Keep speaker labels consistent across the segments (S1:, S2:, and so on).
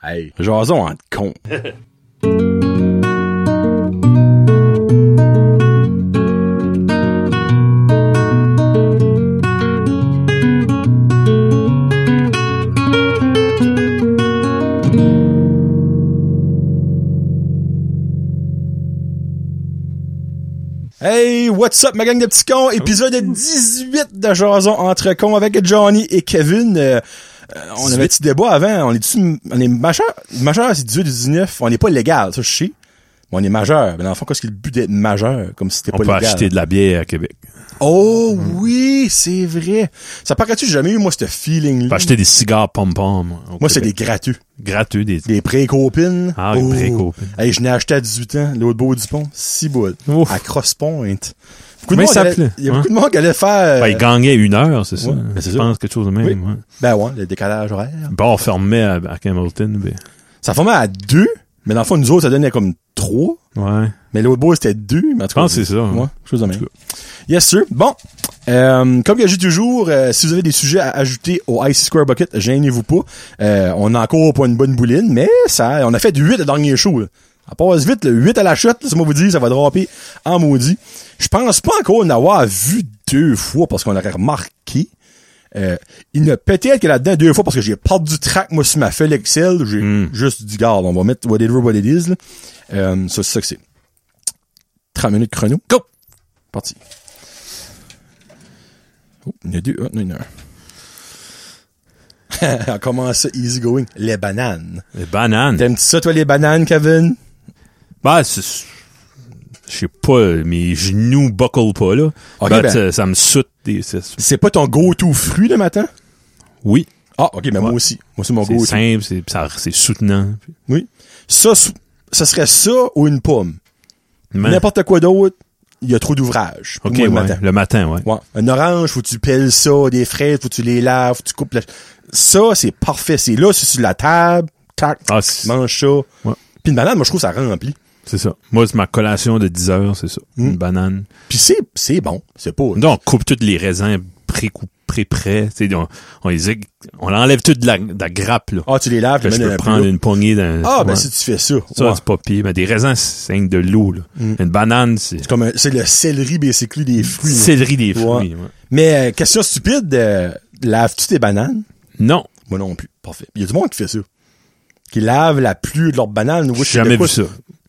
S1: Hey, jason en con. Hey, what's up ma gang de petits cons? Épisode 18 de Jason entre cons avec Johnny et Kevin. Euh, euh, on avait un petit débat avant, on est-tu, on est majeur, majeur c'est 18 ou 19, on n'est pas légal, ça je sais. Mais on est majeur, mais dans le fond, qu'est-ce qui est le but d'être majeur, comme si c'était
S2: On
S1: pas
S2: peut
S1: légal? hein.
S2: acheter Mm. de la bière à Québec.
S1: Oh oui, c'est vrai. Ça paraît-tu j'ai jamais eu, moi, ce feeling-là?
S2: On peut acheter des cigares pom-pom. au
S1: Mm. Moi, c'est des
S2: Québec.
S1: gratuits.
S2: Gratuits, des...
S1: Des pré-copines.
S2: Ah, des
S1: Oh.
S2: pré-copines.
S1: Hey, je n'ai acheté à 18 ans, l'autre bout du pont, 6 boules.
S2: Ouf.
S1: À Crosspoint. Beaucoup de
S2: Mais
S1: monde
S2: ça
S1: allait-
S2: plaît,
S1: Il y a
S2: hein?
S1: beaucoup de monde qui allait faire... euh,
S2: Ben, ils gagnaient une heure, c'est ça.
S1: ouais, ben, c'est
S2: je
S1: ça.
S2: pense quelque chose de même.
S1: Oui.
S2: ouais.
S1: Ben ouais, le décalage horaire.
S2: Le bar fermait à, à Hamilton. ben,
S1: Ça formait à 2, mais dans le fond, nous autres, ça donnait comme 3.
S2: Ouais.
S1: Mais l'autre bout, c'était 2. Mais en tout cas,
S2: pense que c'est ça, hein.
S1: Ouais,
S2: ouais.
S1: chose de même.
S2: tout
S1: Yes, sir. Bon. Euh, comme que je dis toujours, euh, si vous avez des sujets à ajouter au Ice Square Bucket, gênez-vous pas. Euh, on a encore pas une bonne bouline, mais ça, on a fait 8 le dernier show. là. Ça passe vite, le 8 à la chute, laissez-moi vous dire, ça va draper en maudit. Je pense pas encore en avoir vu deux fois parce qu'on aurait remarqué. Euh, il ne peut-être que là-dedans deux fois parce que j'ai perdu du track, moi, sur ma feuille Excel, j'ai
S2: Mm.
S1: juste dit, garde, on va mettre whatever what it is, là. Euh, ça, c'est ça que c'est. 30 minutes chrono. Go! Parti. Oh, il y en a deux. Ah, non, il y en a un. On commence ça, easy going. Les bananes.
S2: Les bananes.
S1: T'aimes-tu ça, toi, les bananes, Kevin?
S2: Ben, c'est... Je sais pas, mes genoux buckle pas, là.
S1: Ok,
S2: Ben,
S1: ben.
S2: ça, ça me soute. Des... c'est-
S1: C'est pas ton go-to fruit le matin?
S2: Oui.
S1: Ah, ok, ben moi
S2: Ouais.
S1: aussi. Moi, c'est mon
S2: C'est
S1: go-to.
S2: simple, c'est, ça- c'est soutenant. Puis,
S1: Oui. Ça, sou- ça serait ça ou une pomme.
S2: man.
S1: N'importe quoi d'autre, il y a trop d'ouvrage. pour
S2: Ok,
S1: moi,
S2: ouais.
S1: le matin.
S2: Le matin, ouais.
S1: Ouais. Un orange, faut que tu pelles ça, des fraises, faut que tu les laves, faut que tu coupes la... Ça, c'est parfait. C'est là, c'est sur la table, tac,
S2: Ah, c'est,
S1: mange ça.
S2: Ouais.
S1: Puis une banane, moi, je trouve ça remplit.
S2: c'est ça. Moi, c'est ma collation de 10 heures, c'est ça.
S1: Mm.
S2: Une banane.
S1: Puis c'est, c'est bon. C'est pas...
S2: Nous, on coupe tous les raisins pré-coup- pré-prêts. tu sais, On, on les é- on enlève toute de la, de la grappe, là.
S1: Ah, tu les laves, tu
S2: Fait
S1: les
S2: que je
S1: mets dans
S2: peux
S1: un
S2: prendre
S1: plat.
S2: une poignée d'un.
S1: Ah, ben
S2: ouais.
S1: si tu fais ça,
S2: Ça,
S1: ouais. Mm.
S2: c'est pas pire. Mais des raisins, c'est rien que de l'eau, là. Une banane, c'est
S1: c'est comme un- c'est le céleri, basically, des fruits. là.
S2: céleri des
S1: Ouais.
S2: fruits. ouais.
S1: Mais euh, question stupide, euh, laves-tu tes bananes?
S2: Non.
S1: Moi non plus. Parfait. Il y a du monde qui fait ça. Qui lave la pluie de leurs bananes. Moi,
S2: J'ai
S1: je sais
S2: jamais
S1: pas
S2: vu
S1: si-
S2: ça.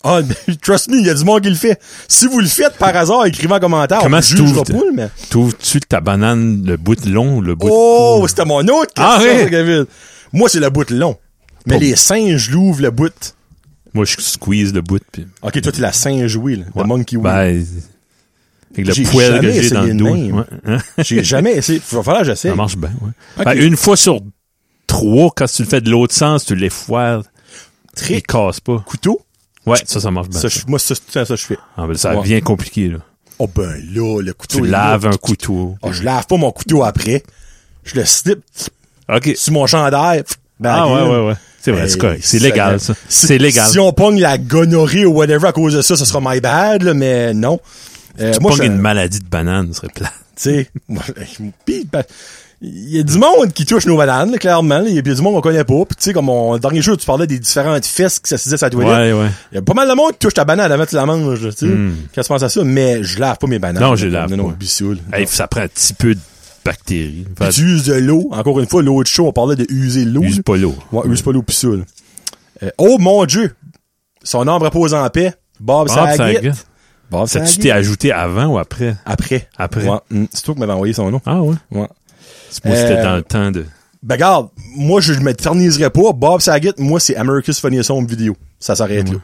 S1: Ah, ben, trust me, il y a du monde qui le fait. Si vous le faites par hasard, écrivez en commentaire.
S2: Comment
S1: on
S2: tu
S1: juge
S2: trouves-
S1: pas, mais...
S2: Trouves-tu ta banane le bout de long ou le bout de
S1: Oh, c'était mon autre question,
S2: Ah, oui?
S1: ça, Kevin. Moi, c'est le bout long. Mais
S2: Pas-
S1: les singes l'ouvrent le bout.
S2: Moi, je squeeze le bout. Puis...
S1: OK, toi, t'es la singe wheel, le
S2: Ouais.
S1: monkey wheel.
S2: Ben, avec
S1: J'ai
S2: le poil que
S1: jamais
S2: j'ai dans
S1: essayé
S2: le
S1: de
S2: dos.
S1: même.
S2: ouais. Hein?
S1: J'ai jamais essayé. Il va falloir que j'essaie.
S2: Ça marche bien, ouais.
S1: Ok.
S2: Ben, une fois sur trois, quand tu le fais de l'autre sens, tu les foires, il
S1: Trick,
S2: casse pas.
S1: couteau.
S2: Ouais, ça, ça marche bien.
S1: Ça,
S2: Ça,
S1: je- moi, ça, ça, ça, je fais.
S2: Ah, ben, ça
S1: Ouais.
S2: devient compliqué, là.
S1: Oh, ben là, le couteau.
S2: Tu
S1: il est
S2: laves
S1: là.
S2: un couteau.
S1: Ah, je lave pas mon couteau après. Je le slip
S2: OK.
S1: sur mon chandail. pff,
S2: Ah,
S1: baguine.
S2: ouais, ouais, ouais. C'est vrai, c'est
S1: Hey,
S2: correct. C'est légal, ça.
S1: Si-
S2: C'est légal.
S1: Si on pogne la gonorrhée ou whatever à cause de ça, ce sera my bad, là, mais non. Euh,
S2: Tu
S1: moi,
S2: pognes
S1: je-
S2: une maladie de banane, ce serait plat.
S1: Tu sais, moi, pis, ben, il y a du monde qui touche nos bananes, là, clairement. là. Il y a du monde qu'on connaît pas. Puis tu sais, comme on, dernier jour, tu parlais des différentes fesses qui s'assisaient sur la toilette.
S2: Ouais, ouais.
S1: Il y a pas mal de monde qui touche ta banane avant que tu la manges, là, tu sais. Quand tu penses à ça, mais je lave pas mes bananes.
S2: Non, je lave
S1: Non, non,
S2: pas.
S1: bissoule.
S2: Hey, ça prend un petit peu de bactéries. Fait,
S1: Puis tu uses de l'eau. Encore une fois, l'eau de chaud, on parlait de user l'eau.
S2: use
S1: là.
S2: pas l'eau.
S1: Ouais, use pas l'eau pissoule. Euh, oh mon Dieu! Son ombre repose en paix. Bob
S2: Ah, ça
S1: Saget.
S2: agresse.
S1: Bob
S2: Ça, tu
S1: Saget.
S2: t'es ajouté avant ou après?
S1: Après.
S2: Après.
S1: Ouais, mm, C'est toi qui m'avais envoyé son nom.
S2: Ah, ouais.
S1: Ouais.
S2: C'est- Moi, c'était
S1: Euh,
S2: dans le temps de...
S1: Ben garde, moi je me terniserais pas. Bob Saget, moi c'est America's Funniest Home Video. Ça s'arrête là.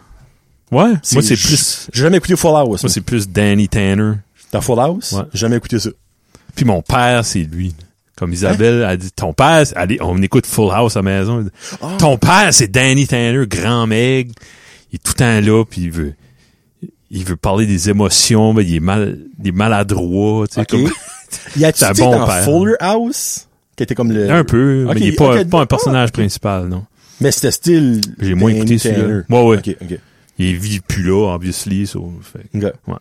S2: Ouais. Moi, c'est
S1: j-
S2: plus...
S1: J'ai jamais écouté Full House.
S2: Moi,
S1: moi.
S2: c'est plus Danny Tanner.
S1: Dans Full House,
S2: Ouais.
S1: j'ai jamais écouté ça.
S2: Puis mon père, c'est lui. Comme Isabelle a dit, ton père, c'est- allez, on écoute Full House à la maison.
S1: Ah.
S2: Ton père, c'est Danny Tanner, grand meg. Il est tout le temps là, puis il veut, il veut parler des émotions, mais il est mal, il est maladroit, tu sais,
S1: Ok.
S2: comme-
S1: Y a-tu
S2: C'est un
S1: été
S2: bon
S1: dans
S2: père.
S1: Fuller House? Qui était comme le...
S2: un peu,
S1: Ok,
S2: mais il est pas,
S1: ok,
S2: pas un
S1: ah,
S2: personnage principal, non.
S1: Mais c'était style...
S2: J'ai moins
S1: Danny
S2: écouté celui-là.
S1: Tanner.
S2: Moi, ouais.
S1: Ok, ok.
S2: Il vit plus là, obviously, so, fait que-
S1: ok.
S2: Ouais.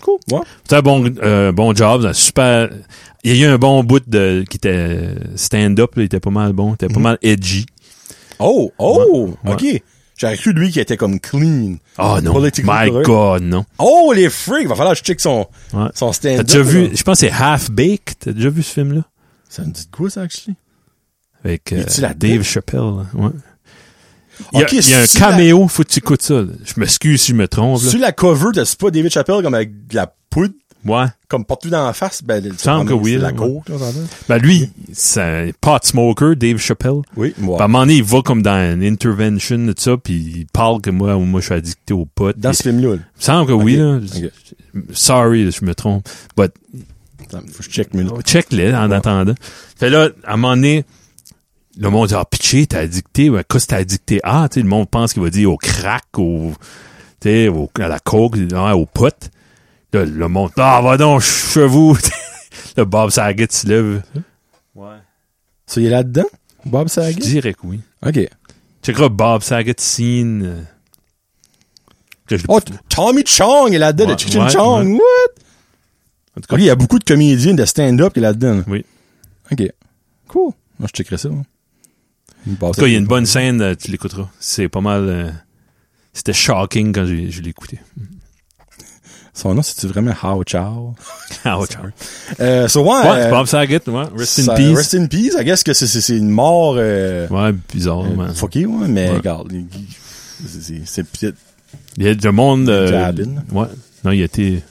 S1: Cool. Ouais.
S2: C'était un bon, euh, bon job, un super.
S1: Mm-hmm.
S2: Il y a eu un bon bout de qui était stand-up, là, il était pas mal bon, il était pas mal edgy.
S1: Oh, oh,
S2: Ouais,
S1: ok. J'aurais cru lui qui était comme clean.
S2: Oh non.
S1: Politiquement
S2: My
S1: correct.
S2: God, non.
S1: Oh, les freaks! Va falloir que je check son,
S2: Ouais.
S1: son stand-up.
S2: T'as déjà
S1: là.
S2: vu, je pense que c'est Half Baked. T'as déjà vu ce film-là?
S1: Ça me dit de quoi, ça, actually?
S2: Avec euh,
S1: est-tu là-dedans?
S2: Dave Chappelle. là. Ouais. Il y a,
S1: Ok,
S2: il y a un
S1: c'est-tu la-
S2: caméo, faut que tu écoutes ça. là. Je m'excuse si je me trompe. là.
S1: Sur la cover de c'est pas David Chappelle comme avec de la poudre,
S2: Ouais.
S1: comme partout dans la face, ben, il
S2: semble que oui,
S1: la
S2: là,
S1: coke, là, on s'entend.
S2: Ben lui, c'est un pot smoker, Dave Chappelle.
S1: Oui, moi.
S2: Ben, à un moment donné, il va comme dans une intervention de ça, puis il parle que moi, moi je suis addicté aux potes.
S1: Dans
S2: Puis-
S1: ce film-là, là.
S2: Il me semble que oui. Là.
S1: Ok.
S2: Sorry, je me trompe. But
S1: Attends, faut que je check, mais là.
S2: check-les en attendant. Fait là, à un moment donné, le monde dit, ah, pitché, t'es addicté. Ouais, Qu'est-ce que t'es addicté à? Tu sais, le monde pense qu'il va dire au crack, au, tu sais, au, à la coke, ouais, aux potes. Là, le monde, ah, va donc, chevaux. le Bob Saget se lève. Ouais.
S1: Ça, il est là-dedans? Bob
S2: Je
S1: Saget?
S2: dirais que oui.
S1: Ok.
S2: Checkera Bob Saget scene. euh, que je-
S1: Oh, t- Tommy Chong est là-dedans,
S2: Ouais,
S1: le Chichin
S2: ouais,
S1: Chong. What?
S2: en tout cas,
S1: Lui, il y a beaucoup de comédiens de stand-up qui est là-dedans. là.
S2: Oui.
S1: Ok. Cool. Moi, je checkerai ça, moi.
S2: En tout cas, il y a une bonne scène, euh, tu l'écouteras. C'est pas mal. euh, C'était shocking quand j'ai- je l'ai écouté.
S1: Son nom, c'est-tu vraiment Hao Chao?
S2: Ah, ouais, ouais,
S1: Euh, so, ouais. euh,
S2: Bob Saget, ouais. Rest
S1: ça-
S2: in peace.
S1: Rest in peace. I guess que c'est- c'est c'est une mort, euh,
S2: Ouais, bizarre,
S1: euh,
S2: man.
S1: fuckée, ouais, mais
S2: Ouais.
S1: regarde, il- il- c'est- c'est- c'est peut-être...
S2: Il y a du monde. euh,
S1: Jabin.
S2: ouais. Non, il était.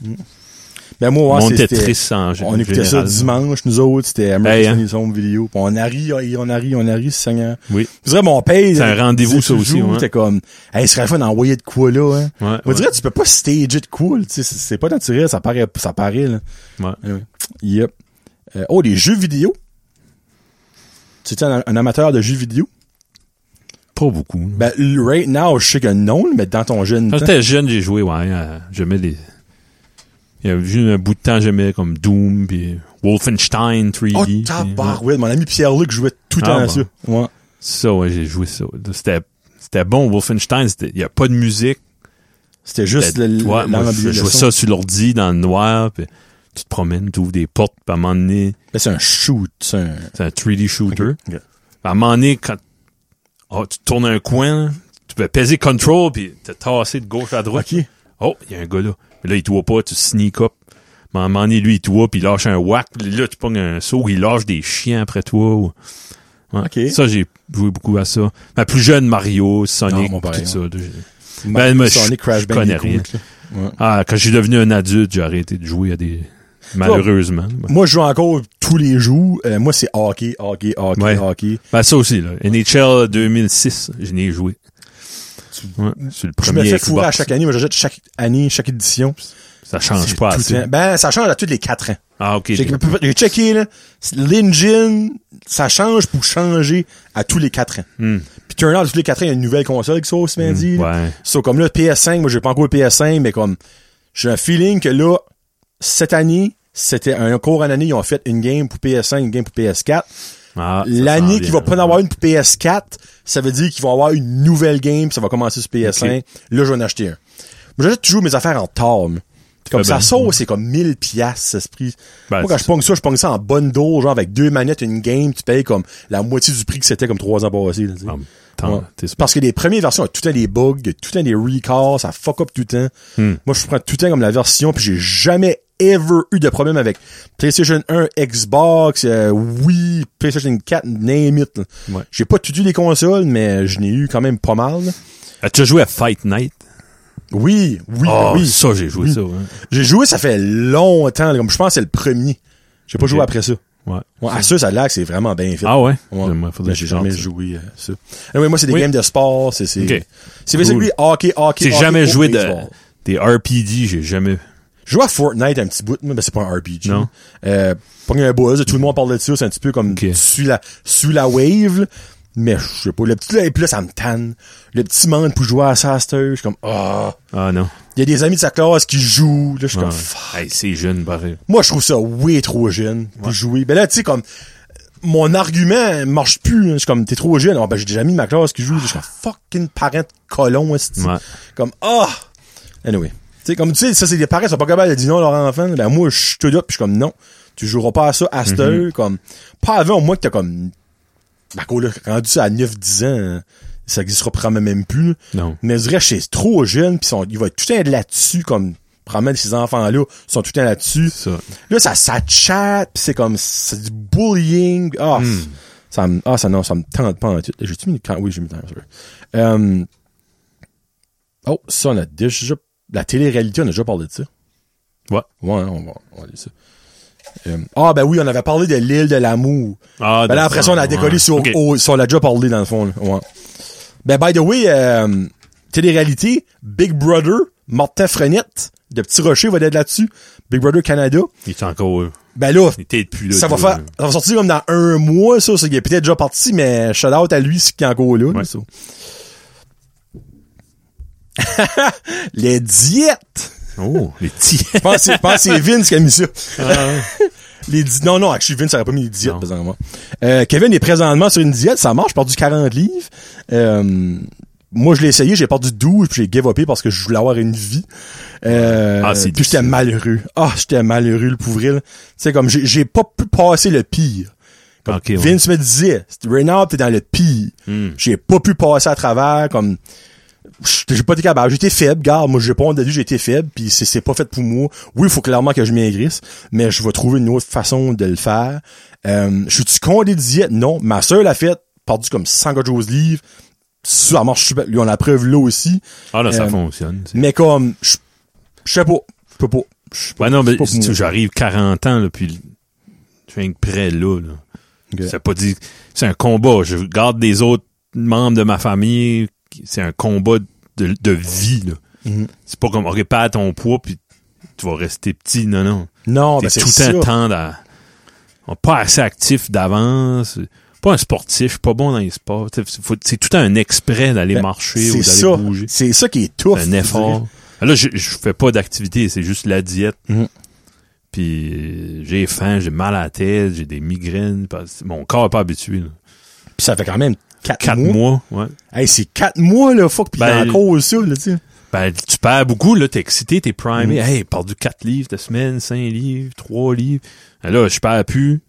S1: Ben,
S2: Le
S1: moi, ouais,
S2: monde
S1: c'est-
S2: était
S1: c'était-
S2: triste en gé-
S1: On écoutait ça
S2: général.
S1: dimanche, nous autres, c'était American
S2: Hey, hein.
S1: Idol Home Video. Puis on arrive, on arrive, on arrive, Seigneur.
S2: Oui.
S1: Je dirais, mon père...
S2: C'est un rendez-vous, ça aussi, ouais.
S1: C'était comme, hey, ce serait le fun d'envoyer de quoi, là, hein.
S2: Ouais,
S1: On
S2: ouais.
S1: dirait, tu peux pas stager de cool, tu sais, c'est- c'est pas naturel, ça paraît, ça paraît, là.
S2: Ouais.
S1: Anyway. Yep. Euh, oh, les jeux vidéo. Tu étais un, un amateur de jeux vidéo?
S2: Pas beaucoup.
S1: Ben, l- right now, je sais que non, mais dans ton jeune
S2: Quand
S1: temps.
S2: j'étais jeune, j'ai joué, ouais. euh, J'aimais les. Il y a eu un bout de temps, j'aimais comme Doom, puis Wolfenstein 3D.
S1: Oh,
S2: puis, ouais.
S1: tabarouette. Mon ami Pierre-Luc jouait tout le
S2: Ah,
S1: temps à
S2: bon.
S1: ça. Ouais.
S2: Ça, ouais, j'ai joué ça. C'était. C'était bon, Wolfenstein, c'était- il n'y a pas de musique.
S1: C'était juste
S2: T'as-
S1: le, le-
S2: ouais, moi,
S1: l'ambiance
S2: je,
S1: de
S2: je
S1: son.
S2: vois ça sur l'ordi dans le noir, puis tu te promènes, tu ouvres des portes, puis à un moment donné,
S1: Ben, c'est un shoot, c'est un...
S2: c'est un 3D shooter.
S1: Ok.
S2: Puis à un moment donné, quand oh, tu tournes un coin, tu peux peser control, puis te tasser de gauche à droite.
S1: Ok.
S2: Oh, il y a un gars là. Mais là, il te voit pas, tu sneak up. Mais à un moment donné, lui, il te voit, puis il lâche un whack, puis là, tu pognes un saut, il lâche des chiens après toi. ou- Ouais.
S1: Ok.
S2: Ça, j'ai joué beaucoup à ça. Ma plus jeune, Mario, Sonic,
S1: Ah, moi, pareil,
S2: tout ça. là, j'ai-
S1: Mar-
S2: Ben, moi,
S1: Sonic
S2: je-
S1: Crash
S2: je connais rien.
S1: Bandicoot, là. Ouais.
S2: Ah, quand j'ai devenu un adulte, j'ai arrêté de jouer à des. Malheureusement.
S1: Moi, je joue encore tous les jours. Euh, moi, c'est hockey, hockey, hockey,
S2: Ouais.
S1: hockey.
S2: Ben, ça aussi, là. NHL 2006, je n'ai joué.
S1: Tu-
S2: Ouais, sur le
S1: Je me
S2: premier
S1: fais fourrer à
S2: Xbox.
S1: chaque année. Moi, j'achète chaque année, chaque édition.
S2: Ça change
S1: C'est
S2: pas
S1: tout
S2: assez.
S1: le temps. Ben, ça change à tous les quatre ans.
S2: Ah, ok.
S1: J'ai j'ai checké, là. L'engine, ça change pour changer à tous les quatre ans.
S2: Hmm.
S1: Puis turn out, tous les quatre ans, il y a une nouvelle console qui sort, ce lundi. là.
S2: Ouais.
S1: So, comme là, PS5, moi, j'ai pas encore le PS5, mais comme, j'ai un feeling que là, cette année, c'était un cours en année, ils ont fait une game pour PS5, une game pour PS4.
S2: Ah, ça
S1: L'année
S2: sent
S1: qui
S2: bien.
S1: va pas en avoir une pour PS4, ça veut dire qu'ils vont avoir une nouvelle game, puis ça va commencer sur PS5. Là, je vais en acheter un. Moi, j'achète toujours mes affaires en tom. Comme
S2: Très
S1: ça
S2: bien.
S1: sort, c'est comme 1000 piastres, ça, ce prix.
S2: Eh Ben,
S1: Moi, quand
S2: c'est
S1: je pogne ça, je pogne ça en bonne dose, genre avec deux manettes, une game, tu payes comme la moitié du prix que c'était comme trois ans passés. là, tu sais.
S2: Ah, attends,
S1: Ouais.
S2: t'es-
S1: Parce que les premières versions, il y a tout le temps des bugs, il y a tout le temps des records, ça fuck up tout le temps.
S2: Hmm.
S1: Moi, je prends tout le temps comme la version, puis j'ai jamais ever eu de problème avec PlayStation 1, Xbox, euh, Wii, PlayStation 4, name it. là.
S2: Ouais.
S1: J'ai pas tout eu les consoles, mais je n'ai eu quand même pas mal. là.
S2: As-tu joué à Fight Night?
S1: Oui, oui,
S2: Ah,
S1: oui.
S2: ça, j'ai joué ça. hein.
S1: J'ai joué, ça fait longtemps, là, comme je pense que c'est le premier. J'ai pas joué après ça.
S2: Ouais.
S1: Ouais, à ça, ça a l'air que c'est vraiment bien fait.
S2: Ah, ouais?
S1: Ouais.
S2: J'aimerais- faudrait
S1: Mais
S2: que
S1: j'ai
S2: je
S1: jamais
S2: tente ça.
S1: joué à ça. Anyway, moi, c'est des
S2: Oui.
S1: games de sport. C'est, c'est,
S2: Ok.
S1: c'est basically hockey, hockey,
S2: J'ai
S1: hockey
S2: jamais
S1: ou
S2: joué de,
S1: baseball.
S2: des RPG, j'ai jamais.
S1: Je joue à Fortnite un petit bout, mais ben, c'est pas un RPG.
S2: Non.
S1: Euh, pas qu'il y a un buzz, tout le monde parle de ça, c'est un petit peu comme
S2: Ok.
S1: suis la, suis la wave, là. mais je sais pas, le petit, et puis là, ça me tanne. Le petit monde pour jouer à ça, à cette heure, je suis comme, ah.
S2: Ah, non.
S1: Il y a des amis de sa classe qui jouent, là, je suis
S2: Ah,
S1: comme,
S2: ouais.
S1: fuck.
S2: Hey, c'est jeune, pareil.
S1: Moi, je trouve ça way trop jeune pour jouer. Ben là, tu sais, comme, mon argument marche plus. hein. Je suis comme, t'es trop jeune. Ah, ben, j'ai déjà mis ma classe qui joue. Je suis comme, fucking parent de colon, esti.
S2: Ouais.
S1: Comme, ah! Anyway. Tu sais, comme tu sais, ça, c'est des parents qui sont pas capables de dire non à leur enfant. Ben, moi, je suis tout là, puis je suis comme, non. Tu joueras pas à ça à cette heure. Comme, pas avant, au moins que t'as comme Marco, là, rendu ça à 9-10 ans, hein, ça n'existera probablement même plus. là.
S2: Non.
S1: Mais je dirais, que c'est trop jeune, pis sont, ils vont être tout le temps là-dessus, comme, probablement, ces enfants-là sont tout le temps là-dessus.
S2: Ça.
S1: Là, ça, ça chatte, pis c'est comme, c'est du bullying.
S2: Hmm.
S1: Ah, c'est- ça me, ah, ça, non, ça me tente pas en tout. J'ai-tu mis une can- Oui, j'ai mis une can- sorry. Euh, oh, ça, on a déjà, la télé-réalité, on a déjà parlé de ça.
S2: Ouais.
S1: Ouais, hein, on va, on va aller ça. Euh, ah, ben oui, on avait parlé de l'île de l'amour.
S2: Ah,
S1: Ben là, après ça, on a
S2: ouais.
S1: décollé sur,
S2: Ok.
S1: au- sur la déjà parlé, dans le fond, là. Ouais. Ben, by the way, euh, télé-réalité, Big Brother, Martin Frenette, de Petit Rocher va être là-dessus. Big Brother Canada.
S2: Il est encore. euh,
S1: Ben là,
S2: Il était plus là.
S1: ça va
S2: tu
S1: faire,
S2: vois.
S1: ça va sortir comme dans un mois, ça, ça. Il est peut-être déjà parti, mais shout out à lui, ce qui est encore là, là,
S2: Ouais.
S1: ça. Les diètes!
S2: Oh, les petits.
S1: Je pense, que c'est- je pense que c'est Vince qui a mis ça.
S2: Ah.
S1: Les di- non, non, actually, Vince n'aurait pas mis les diètes,
S2: Non.
S1: présentement. Euh, Kevin est présentement sur une diète, ça marche, je perds du 40 livres. Euh, moi, je l'ai essayé, j'ai perdu 12, puis j'ai give upé parce que je voulais avoir une vie. Euh,
S2: Ah, c'est
S1: puis j'étais
S2: difficile.
S1: malheureux. Ah, j'étais malheureux, le pauvre. Tu sais, comme, j'ai- j'ai pas pu passer le pire. Comme
S2: Ok, ouais.
S1: Vince me disait, Reynard, t'es dans le pire.
S2: Hmm.
S1: J'ai pas pu passer à travers, comme, j'étais- j'ai pas été capable. J'étais faible, garde. Moi, j'ai pas honte de lui, j'étais faible, puis c'est, c'est pas fait pour moi. Oui, il faut clairement que je maigrisse, mais je vais trouver une autre façon de le faire. Euh, je suis-tu con des diètes? Non. Ma sœur l'a fait, perdu comme 114 livres. Ça marche super. Lui, on la preuve là aussi.
S2: Ah, là, ça
S1: Euh,
S2: fonctionne. c'est-
S1: Mais comme, je je sais pas. Je peux pas. Je-
S2: Ouais, non, mais
S1: pas
S2: si
S1: pour
S2: tu-
S1: moi.
S2: j'arrive 40 ans, là, puis je viens que près là. là.
S1: Ok.
S2: Ça pas dit. C'est un combat. Je garde des autres membres de ma famille. C'est un combat de, de vie. Là.
S1: Mhm.
S2: C'est pas comme, OK, pas ton poids, puis tu vas rester petit. Non, non.
S1: Non,
S2: T'es
S1: ben, c'est
S2: tout
S1: ça.
S2: le temps tendre à- on- Pas assez actif d'avance. Pas un sportif, je suis pas bon dans les sports. T'sais, faut- C'est tout le temps un exprès d'aller
S1: Ben,
S2: marcher ou
S1: C'est
S2: d'aller
S1: ça.
S2: bouger.
S1: C'est ça qui est tough.
S2: C'est un effort. Ah, Là, je, je fais pas d'activité, c'est juste la diète.
S1: Mhm.
S2: Puis euh, j'ai faim, j'ai mal à la tête, j'ai des migraines. parce- Mon corps n'est pas habitué. là.
S1: Puis ça fait quand même 4,
S2: Quatre
S1: mois.
S2: mois, ouais.
S1: Hey, c'est 4 mois, là, fuck, pis
S2: Ben,
S1: il en cause ça, là, tu sais.
S2: Ben, tu perds beaucoup, là, t'es excité, t'es primé.
S1: Mhm.
S2: Hey, perdu 4 livres ta semaine, 5 livres, 3 livres. Ben là, je perds plus.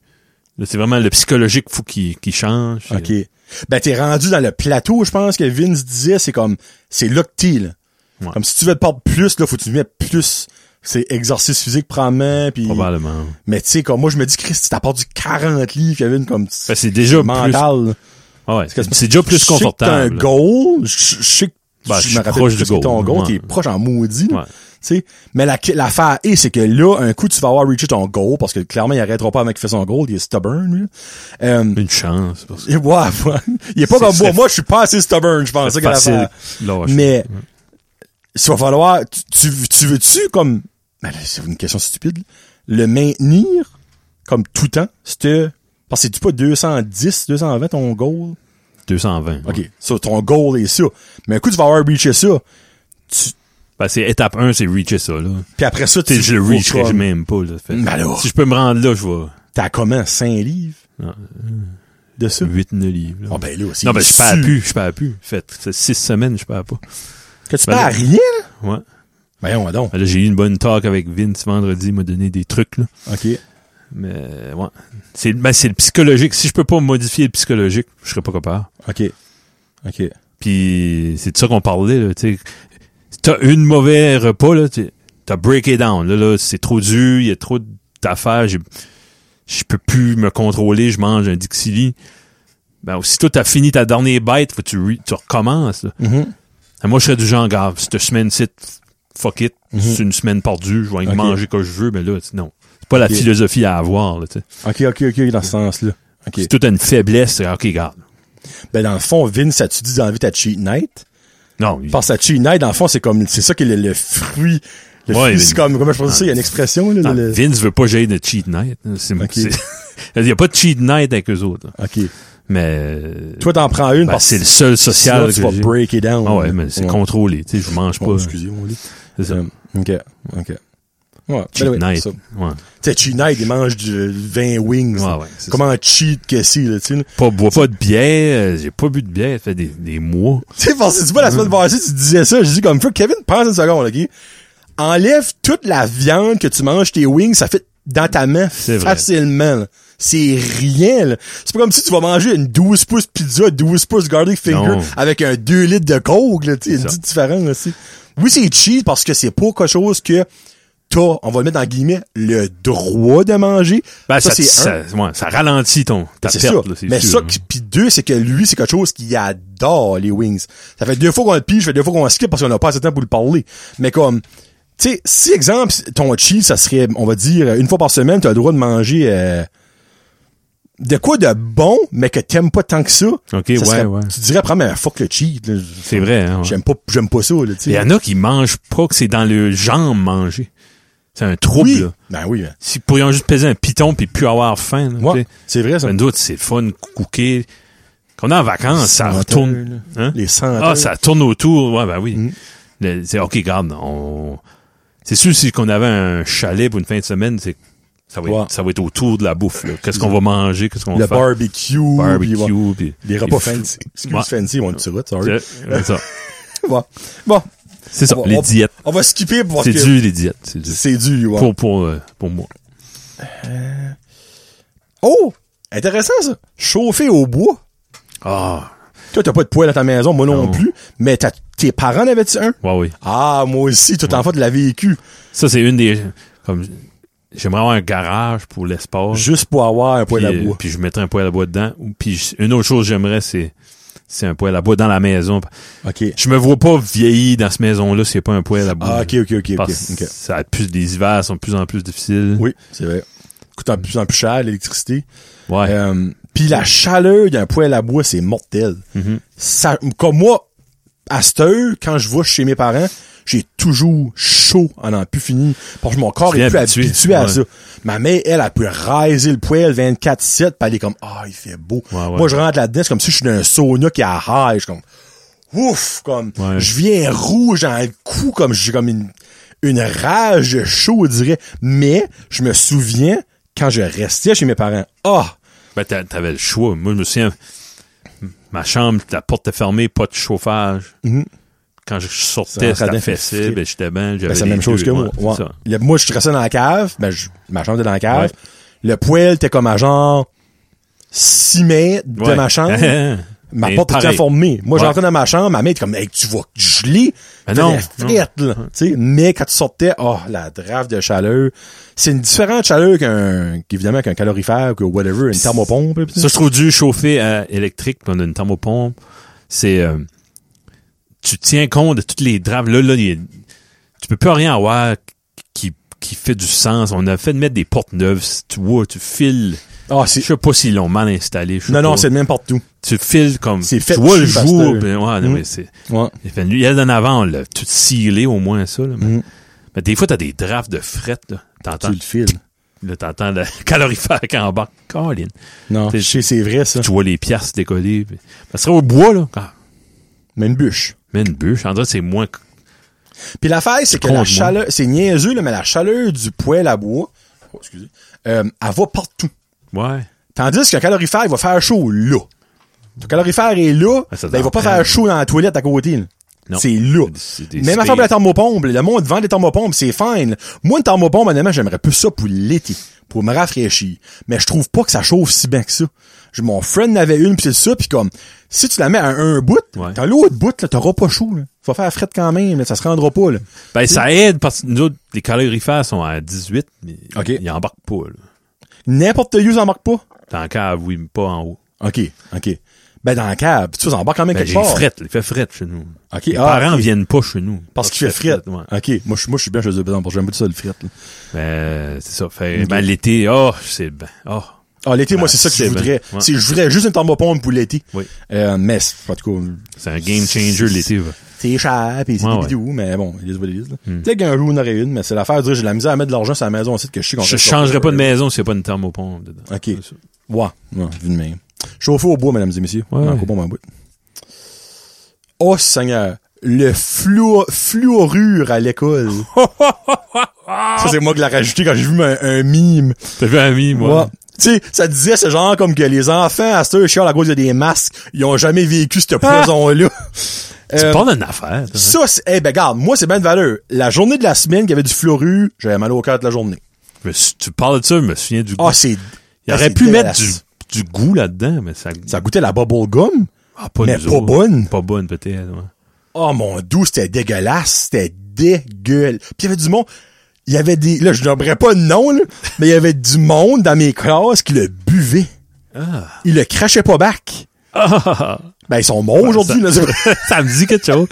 S2: Là, c'est vraiment le psychologique faut qu'il qu'il change.
S1: OK. Ben, t'es rendu dans le plateau, je pense, que Vince disait, c'est comme, c'est là que t'es, là.
S2: Ouais.
S1: Comme si tu veux te perdre plus, là, faut que tu mettes plus. C'est exercice physique, probablement, pis...
S2: euh, Probablement.
S1: Mais tu sais, comme moi, je me dis, Chris, tu t'as perdu 40 livres, Kevin, comme...
S2: Ben, c'est déjà plus.
S1: mental.
S2: Ah ouais,
S1: Parce que
S2: c'est déjà plus
S1: Je sais que t'as
S2: confortable.
S1: un goal, je je sais que
S2: Ben, je
S1: je
S2: suis
S1: me rappelle
S2: proche
S1: plus
S2: du
S1: que ton
S2: goal,
S1: goal,
S2: ouais.
S1: t'es proche en maudit. là.
S2: Ouais.
S1: Tu sais, mais la- l'affaire est, c'est que là, un coup, tu vas avoir reaché ton goal, parce que clairement, il arrêtera pas avant qu'il fait son goal, il est stubborn, lui. Euh,
S2: Une chance. Parce que
S1: ouais, ouais. Il est pas comme
S2: C'est-
S1: moi.
S2: c'est-
S1: Moi, je suis pas assez stubborn, je pense.
S2: c'est
S1: C'est ça qu'il y a
S2: facile.
S1: l'affaire.
S2: Lâche.
S1: Mais, ça va falloir, tu, tu, tu veux-tu, comme, ben là, c'est une question stupide, là, le maintenir, comme tout le temps, c'était, parce que c'est-tu pas 210, 220 ton goal?
S2: 220. ouais.
S1: OK. Ça, ton goal est ça. Mais un coup, tu vas avoir reaché ça. Tu-
S2: Ben, c'est étape 1, c'est reacher ça, là.
S1: puis après ça,
S2: Tu
S1: tu
S2: sais, je le reacherai même pas, là. Fait-
S1: Ben alors.
S2: Si je peux me rendre là, je vois.
S1: T'as comment 5 livres
S2: Non.
S1: de ça?
S2: 8, 9 livres, là.
S1: Ah ben là, c'est
S2: Ah. non, ben, je
S1: su-
S2: perds plus, je perds plus. Fait, c'est 6 semaines, je perds pas.
S1: Que tu
S2: Ben
S1: perds
S2: là.
S1: rien?
S2: Ouais.
S1: Ben on donc.
S2: Ben, là, j'ai eu une bonne talk avec Vince vendredi, il m'a donné des trucs, là.
S1: OK.
S2: Mais, euh, ouais. C'est, ben, c'est le psychologique. Si je peux pas modifier le psychologique, je serais pas capable.
S1: OK. OK.
S2: Puis c'est de ça qu'on parlait, là, tu sais. Si t'as une mauvais repas, là, tu- t'as break it down. Là, là, c'est trop dur, il y a trop d'affaires, j'ai- je peux plus me contrôler, je mange un Dixili. Ben, aussitôt t'as fini ta dernière bite, faut que tu, re- tu recommences, là.
S1: Mhm.
S2: Ben, moi, je serais du genre, grave, cette semaine-ci, fuck it,
S1: Mhm.
S2: c'est une semaine perdue, je vais y
S1: Ok.
S2: manger que je veux, mais là, tu- non. C'est pas la
S1: Ok.
S2: philosophie à avoir, là, tu sais.
S1: OK, OK, OK, dans ce sens-là. OK.
S2: Si tout une faiblesse, c'est, ah, ok, garde.
S1: Ben dans le fond, Vince, ça tu dit d'enlever ta cheat night?
S2: Non, il-
S1: Parce que la cheat night, dans le fond, c'est comme, c'est ça qui est le, le fruit. Le
S2: Ouais,
S1: fruit,
S2: mais-
S1: c'est comme, comment je pense ça? Il y a une expression, là.
S2: Ah,
S1: le- le-
S2: Vince veut pas que j'aille de cheat night. hein, C'est,
S1: Ok.
S2: c'est- il n'y a pas de cheat night avec eux autres. là.
S1: OK.
S2: Mais euh,
S1: Toi, t'en prends une
S2: ben,
S1: parce
S2: c'est le seul
S1: sinon,
S2: social
S1: tu
S2: que
S1: vas
S2: j'ai.
S1: break it down.
S2: Ah ouais, mais c'est contrôlé. Tu sais, je mange pas.
S1: Oh, excusez-moi, là.
S2: C'est ça.
S1: Euh, OK. OK. Ouais.
S2: Cheat
S1: ben ouais,
S2: night.
S1: ça.
S2: Ouais.
S1: Tu sais, cheat night, il mange du 20 wings.
S2: Ouais, ouais, c'est
S1: Comment cheat que c'est, là, tu sais. là.
S2: Pas, bois pas de bière. euh, J'ai pas bu de bière. Ça fait des, des mois.
S1: Tu sais, parce que tu vois, la semaine passée, tu disais ça, je dis comme, fuck, Kevin, pense une seconde, OK? Enlève toute la viande que tu manges, tes wings, ça fait dans ta main
S2: C'est vrai.
S1: facilement. là. C'est rien, là. C'est pas comme si tu vas manger une 12 pouces pizza, 12 pouces garlic finger
S2: Non.
S1: avec un 2 litres de coke, là, tu sais, une
S2: ça.
S1: petite différence, aussi. Oui, c'est cheat parce que c'est pas quelque chose que t'as, on va le mettre en guillemets, le droit de manger.
S2: Ben, ça,
S1: c'est un.
S2: ça, ouais, ça ralentit ton, ta
S1: C'est
S2: perte,
S1: ça.
S2: là, c'est
S1: Mais
S2: sûr,
S1: ça,
S2: hein.
S1: qui- puis deux, c'est que lui, c'est quelque chose qu'il adore, les wings. Ça fait deux fois qu'on le pige, ça fait deux fois qu'on le skip parce qu'on n'a pas assez de temps pour le parler. Mais comme, tu sais, si exemple, ton cheese, ça serait, on va dire, une fois par semaine, t'as le droit de manger, euh, de quoi de bon, mais que t'aimes pas tant que ça.
S2: Ok,
S1: ça
S2: ouais,
S1: serait-
S2: ouais.
S1: Tu dirais, prends, mais fuck le cheese, là.
S2: C'est vrai, hein, ouais.
S1: J'aime pas, j'aime pas ça, là, tu
S2: Il y
S1: sais.
S2: en a qui mangent pas que c'est dans le genre manger. C'est un trouble,
S1: Oui.
S2: là.
S1: Ben oui, ben.
S2: S'ils pourraient juste peser un piton puis plus avoir faim, là,
S1: Ouais,
S2: tu sais.
S1: c'est vrai, ça.
S2: Ben, nous autres, c'est le fun, cooker. Quand on est en vacances, ça
S1: Senteurs,
S2: retourne.
S1: là.
S2: Hein?
S1: Les Mm. senteurs.
S2: Ah, ça tourne autour. Ouais, ben oui. Le- c'est, OK, garde, on... C'est sûr, si qu'on avait un chalet pour une fin de semaine, c'est, ça va être,
S1: Ouais. Mm.
S2: ça va être autour de la bouffe, là. Qu'est-ce qu'on va manger? Qu'est-ce qu'on
S1: Le
S2: va faire?
S1: barbecue. puis, ouais.
S2: Barbecue, puis...
S1: Les repas
S2: puis-
S1: fancy. Excuse
S2: Ouais.
S1: fancy, on dit ça, sorry.
S2: C'est c'est ça.
S1: Bon. Bon.
S2: C'est ça,
S1: On va-
S2: les
S1: on-
S2: diètes.
S1: On va skipper pour voir
S2: C'est
S1: que-
S2: dur, les diètes. C'est dur.
S1: C'est du, ouais.
S2: Pour, pour, euh, pour moi.
S1: Oh! Intéressant, ça. Chauffer au bois.
S2: Ah,
S1: Toi, t'as pas de poêle à ta maison, moi non, plus. Mais t'as- tes parents en avaient-tu un?
S2: ouais, oui.
S1: Ah, moi aussi, tout enfant, tu l'as vécu.
S2: Ça, c'est une des. Comme, j'aimerais avoir un garage pour l'espace.
S1: Juste pour avoir un
S2: puis,
S1: poêle à
S2: euh,
S1: bois.
S2: Puis je mettrais un poêle à bois dedans. Ou, puis je- une autre chose que j'aimerais, c'est, c'est un poêle à bois dans la maison.
S1: OK.
S2: euh, Je me vois pas vieilli dans cette maison-là s'il n'y a pas un poêle à bois.
S1: Ah, OK, OK, OK, OK.
S2: Parce que
S1: ok.
S2: Ça a plus, les hivers sont de plus en plus difficiles.
S1: Oui, c'est vrai. Coûte de plus en plus cher, l'électricité.
S2: Ouais.
S1: Euh, puis la chaleur d'un poêle à bois, c'est mortel.
S2: Mhm.
S1: Ça, comme moi, à cette heure, quand je vais chez mes parents, j'ai toujours chaud en en plus fini. Parce que mon corps
S2: Tu es
S1: est plus habitué,
S2: habitué,
S1: à
S2: ouais.
S1: ça. Ma mère, elle, elle peut raiser le poêle 24-7, pis elle est comme, ah, il fait beau.
S2: Ouais, ouais.
S1: Moi, je rentre là-dedans, c'est comme si je suis dans un sauna qui a high. Je suis comme, ouf, comme,
S2: Ouais.
S1: je viens rouge dans le cou, comme j'ai comme une, une rage de chaud, on dirait. Mais, je me souviens, quand je restais chez mes parents, ah,
S2: Ben, t'a- t'avais le choix. Moi, je me souviens, ma chambre, la porte était fermée, pas de chauffage.
S1: Mhm.
S2: Quand je sortais,
S1: Ça rentrait
S2: c'était
S1: dans-
S2: fessé, ben, j'étais bien, j'avais
S1: Ben, c'est la
S2: les
S1: même chose
S2: deux,
S1: que
S2: ouais,
S1: moi. Ouais.
S2: c'est ça.
S1: Le- moi, je restais dans la cave. Ben, je- ma chambre était dans la cave.
S2: Ouais.
S1: Le poêle était comme à genre 6 mètres de
S2: Ouais.
S1: ma chambre. ma
S2: Mais
S1: porte était
S2: pareil.
S1: fermée. Moi,
S2: Ouais.
S1: j'entrais dans ma chambre. Ma mère était comme, hey, tu vas geler.
S2: Ben
S1: T'as
S2: non,
S1: la frette, là. Tu sais, mais quand tu sortais, oh, la drave de chaleur. C'est une différente chaleur qu'un, qu'évidemment, qu'un calorifère, que whatever, une thermopompe. là, pis
S2: Ça, je trouve dur chauffer à électrique, puis on a une thermopompe. C'est, euh, tu tiens compte de toutes les draves. Là, là, il y a- tu peux plus rien avoir qui, qui fait du sens. On a fait de mettre des portes neuves. Tu vois, tu files.
S1: Ah,
S2: Je
S1: c'est,
S2: sais pas s'ils l'ont mal installé. je sais
S1: non, non,
S2: pas.
S1: c'est le même partout.
S2: Tu files comme,
S1: C'est
S2: tu
S1: fait
S2: vois le
S1: dessus,
S2: jour.
S1: parce que-
S2: puis ouais, non,
S1: Mm.
S2: mais c'est,
S1: Ouais.
S2: il fait nuit. Il y a d'en avant, on l'a tout scellé au moins, ça, là. Mais,
S1: Mm.
S2: mais des fois, t'as des drafts de fret, là. T'entends,
S1: Tu le files.
S2: là, t'entends le calorifère qui embarque. Colin.
S1: Non,
S2: C'est-
S1: je sais, c'est vrai, ça.
S2: Tu vois les pièces décoller. puis- Ça serait au bois, là. Ah,
S1: Mais une bûche.
S2: Mais une bûche, en vrai, c'est moins. que-
S1: Puis l'affaire, c'est que
S2: con,
S1: la
S2: moi.
S1: chaleur, c'est niaiseux, là, mais la chaleur du poêle à bois, oh, excusez, euh, elle va partout.
S2: Ouais.
S1: Tandis qu'un calorifère, il va faire chaud là. Ton calorifère est là,
S2: Ah, ça
S1: ben, il va
S2: doit
S1: pas
S2: prendre.
S1: faire chaud dans la toilette à côté. là.
S2: Non.
S1: C'est là.
S2: C'est des
S1: Même
S2: spaces.
S1: affaire pour la thermopompe, là, le monde vend des thermopompes, c'est fine. là. Moi, une thermopompe, honnêtement, j'aimerais plus ça pour l'été, pour me rafraîchir. Mais je trouve pas que ça chauffe si bien que ça. Je- Mon friend en avait une, pis c'est ça, pis comme, si tu la mets à un bout,
S2: Ouais.
S1: dans l'autre bout, là, t'auras pas chaud, là. Faut faire frette quand même, mais ça se rendra pas, là.
S2: Ben, ça aide parce que nous autres, les calorifères sont à 18, mais
S1: Ok.
S2: ils embarquent pas, là.
S1: N'importe quel use en marque pas.
S2: T'es en cave, oui, mais pas en haut.
S1: OK, OK. Ben, dans la cave. Puis tu en bas quand même
S2: Ben,
S1: quelque
S2: j'ai
S1: part.
S2: fret, il fait fret chez nous.
S1: OK,
S2: Les
S1: ah,
S2: parents
S1: ok.
S2: viennent pas chez nous.
S1: Parce qu'il fait fret.
S2: frette.
S1: OK, moi, je suis- moi, je suis bien chez eux, par exemple, j'aime pas ça, le fret. là.
S2: Ben, c'est ça. Fait, ben, l'été, oh, c'est, ben, oh.
S1: Ah, l'été, moi,
S2: Ben,
S1: c'est ça que je
S2: c'est bien.
S1: voudrais.
S2: Ouais.
S1: C'est, je voudrais juste une thermopompe pour l'été.
S2: Oui.
S1: Euh, mais, c'est- en tout cas,
S2: C'est un game changer, l'été, va.
S1: c'est cher, pis c'est
S2: Ouais,
S1: des
S2: ouais. Hmm.
S1: bidous, mais bon, il est what it is, là. Peut-être qu'un jour, on aurait une, mais c'est l'affaire de dire, j'ai de la misère à mettre de l'argent sur la maison, site que je sais qu'on
S2: Je
S1: reste
S2: changerais pas de
S1: forever.
S2: maison s'il n'y a pas une thermopompe dedans.
S1: OK.
S2: C'est ça.
S1: Ouais, ouais, vu de même. Chauffer au bois, mesdames et messieurs.
S2: Ouais,
S1: Ouais.
S2: ouais.
S1: bon, bout. Oh, Seigneur. Le fluo, fluorure à l'école. ça, c'est moi qui l'ai rajouté quand j'ai vu un, un mime.
S2: T'as vu un ami,
S1: Ouais.
S2: moi?
S1: Tu sais, ça disait, c'est genre comme que les enfants, à ce chialent à cause de des masques, ils ont jamais vécu ce poison-là.
S2: Tu
S1: Euh,
S2: parles d'une affaire, toi, hein?
S1: ça, c'est, eh ben, garde, moi, c'est bien de valeur. La journée de la semaine qu'il y avait du fluorure, j'avais mal au cœur de la journée.
S2: Je me suis- Tu parles de ça, je me souviens du
S1: Ah, c'est,
S2: Il
S1: Ah,
S2: aurait
S1: c'est
S2: pu mettre du,
S1: dégueulasse.
S2: du goût là-dedans, mais ça.
S1: Ça goûtait la bubble gum.
S2: Ah, pas
S1: mais
S2: nous
S1: pas
S2: autres.
S1: bonne.
S2: Pas bonne, peut-être. ouais.
S1: Oh mon doux, c'était dégueulasse, c'était dégueulasse. Puis il y avait du monde, il y avait des, là je nommerai pas de nom, là, mais il y avait du monde dans mes classes qui le buvait.
S2: Ah.
S1: Il le crachait pas back.
S2: Ah.
S1: Ben ils sont bons aujourd'hui. là, c'est vrai.
S2: ça me dit quelque chose.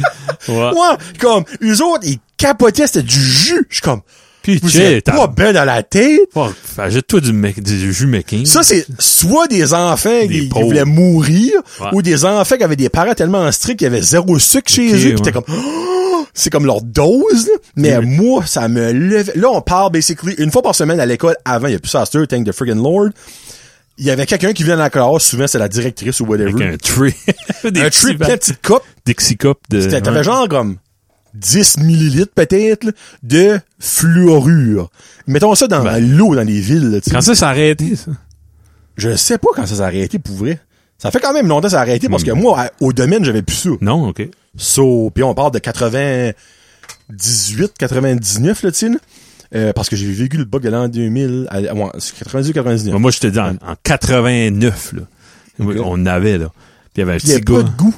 S2: Ouais.
S1: Moi, comme, eux autres, ils capotaient, c'était du jus. Je suis comme,
S2: Puis,
S1: vous
S2: tu sais,
S1: êtes
S2: t'as-
S1: pas ben dans la tête.
S2: Fuck, Ajoute-toi du, mec- du jus McKean.
S1: Ça, c'est soit des enfants
S2: Des
S1: qui, qui
S2: pauvres.
S1: voulaient mourir,
S2: Ouais.
S1: ou des enfants qui avaient des parents tellement stricts qu'il y avait zéro sucre chez
S2: Ok,
S1: eux, pis
S2: ouais.
S1: t'es comme, Oh! c'est comme leur dose, là. Mais
S2: Oui.
S1: moi, ça me levait. Là, on part, basically, une fois par semaine à l'école, avant, il y a plus ça, c'était thank the friggin' Lord. Il y avait quelqu'un qui venait dans la classe, souvent c'est la directrice ou whatever.
S2: Avec un tree. Des
S1: un
S2: petits
S1: trip,
S2: va-
S1: plein de petites coupes.
S2: Dixie Cup de.
S1: T'as- T'avais
S2: ouais.
S1: genre comme 10 millilitres peut-être là, de fluorure. Mettons ça dans
S2: Ben.
S1: l'eau dans les villes. là, tu sais.
S2: Quand ça s'est arrêté, ça.
S1: Je sais pas quand ça s'est arrêté pour vrai. Ça fait quand même longtemps que ça s'est arrêté parce que
S2: Hmm.
S1: moi, à- au domaine, j'avais plus ça.
S2: Non, OK.
S1: So, puis on parle de 98, 99, là, tu sais, là. Euh, parce que j'ai vécu le bug de l'an 2000, à, ouais, c'est 98, 99.
S2: Mais moi, je te dis, en, en 89, là. Oui, On avait, là. Puis il y avait un
S1: Il y
S2: petit
S1: a pas
S2: gars.
S1: de goût.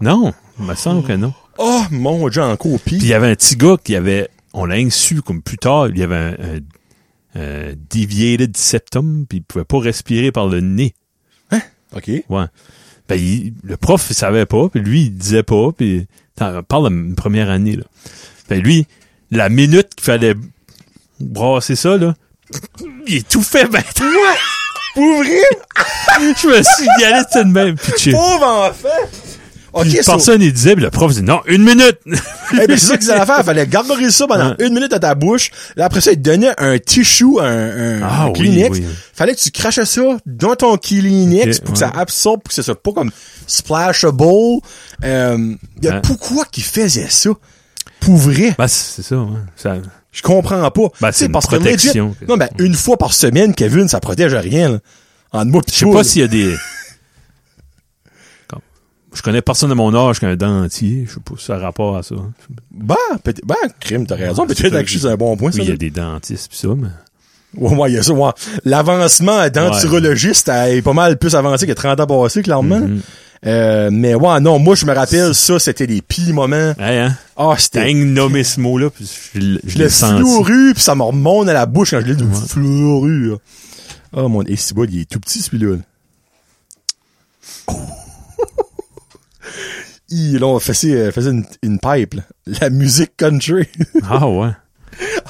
S2: Non, il me semble que non.
S1: Oh, mon Dieu, en copie.
S2: Puis il y avait un petit gars qui avait, on l'a su comme plus tard, il y avait un, un, un deviated septum, puis il pouvait pas respirer par le nez.
S1: OK.
S2: Ouais. Ben, il- le prof, il savait pas, puis lui, il disait pas, puis t'en- on parle de la première année, là. Ben, lui, la minute qu'il fallait brasser ça, là, il étouffait, ben,
S1: Pour vrai?
S2: je me suis dit, allez, c'est de même, pitché.
S1: Pauvre enfant! Oh, OK,
S2: Puis
S1: so,
S2: personne, il disait, puis le prof dit, non, une minute!
S1: Eh ben, c'est ça qu'ils allaient faire. Fallait gargouiller ça pendant
S2: Ouais.
S1: une minute à ta bouche. Là, après ça, ils te donnaient un tissue, un, un,
S2: Ah
S1: un
S2: oui,
S1: Kleenex.
S2: oui.
S1: Fallait que tu crachais ça dans ton Kleenex
S2: Ok,
S1: pour que ça
S2: ouais.
S1: absorbe, pour que ça soit pas comme splashable. Euh, y a
S2: Ouais.
S1: pourquoi qu'ils faisaient ça? Pour vrai?
S2: ben, c'est ça, ouais. Ça-
S1: Je comprends pas.
S2: Ben,
S1: Tu
S2: c'est
S1: sais,
S2: une
S1: parce que
S2: protection.
S1: legit- non, ben, une fois par semaine, Kevin, ça protège à rien, là. En moi, pis
S2: Je sais pas s'il y a des. Comme- Je connais personne de mon âge qui a un dentier. Je sais pas si ça a rapport à ça.
S1: Ben, peut-être, ben, crime, t'as raison.
S2: Ouais,
S1: Peut-être
S2: c'est-
S1: que je suis un bon point,
S2: Oui,
S1: ça.
S2: il y a
S1: là.
S2: des dentistes pis ça, mais.
S1: Ouais, ouais, il y a ça, ouais. L'avancement denturologiste est pas mal plus avancé que 30 ans passés, clairement.
S2: Mm-hmm.
S1: Euh, mais ouais, non, moi, je me rappelle, ça, c'était les pires moments.
S2: Hey, hein?
S1: Ah,
S2: T'as
S1: c'était
S2: nommé ce mot-là, puis je, l- je
S1: le
S2: l'ai senti.
S1: fluoru, puis ça me remonte à la bouche quand je l'ai dit, fluoru. là. Oh mon, et c'est bon, il est tout petit, celui-là. Il, là, on faisait, euh, faisait une, une pipe, là. La musique country.
S2: Ah ouais.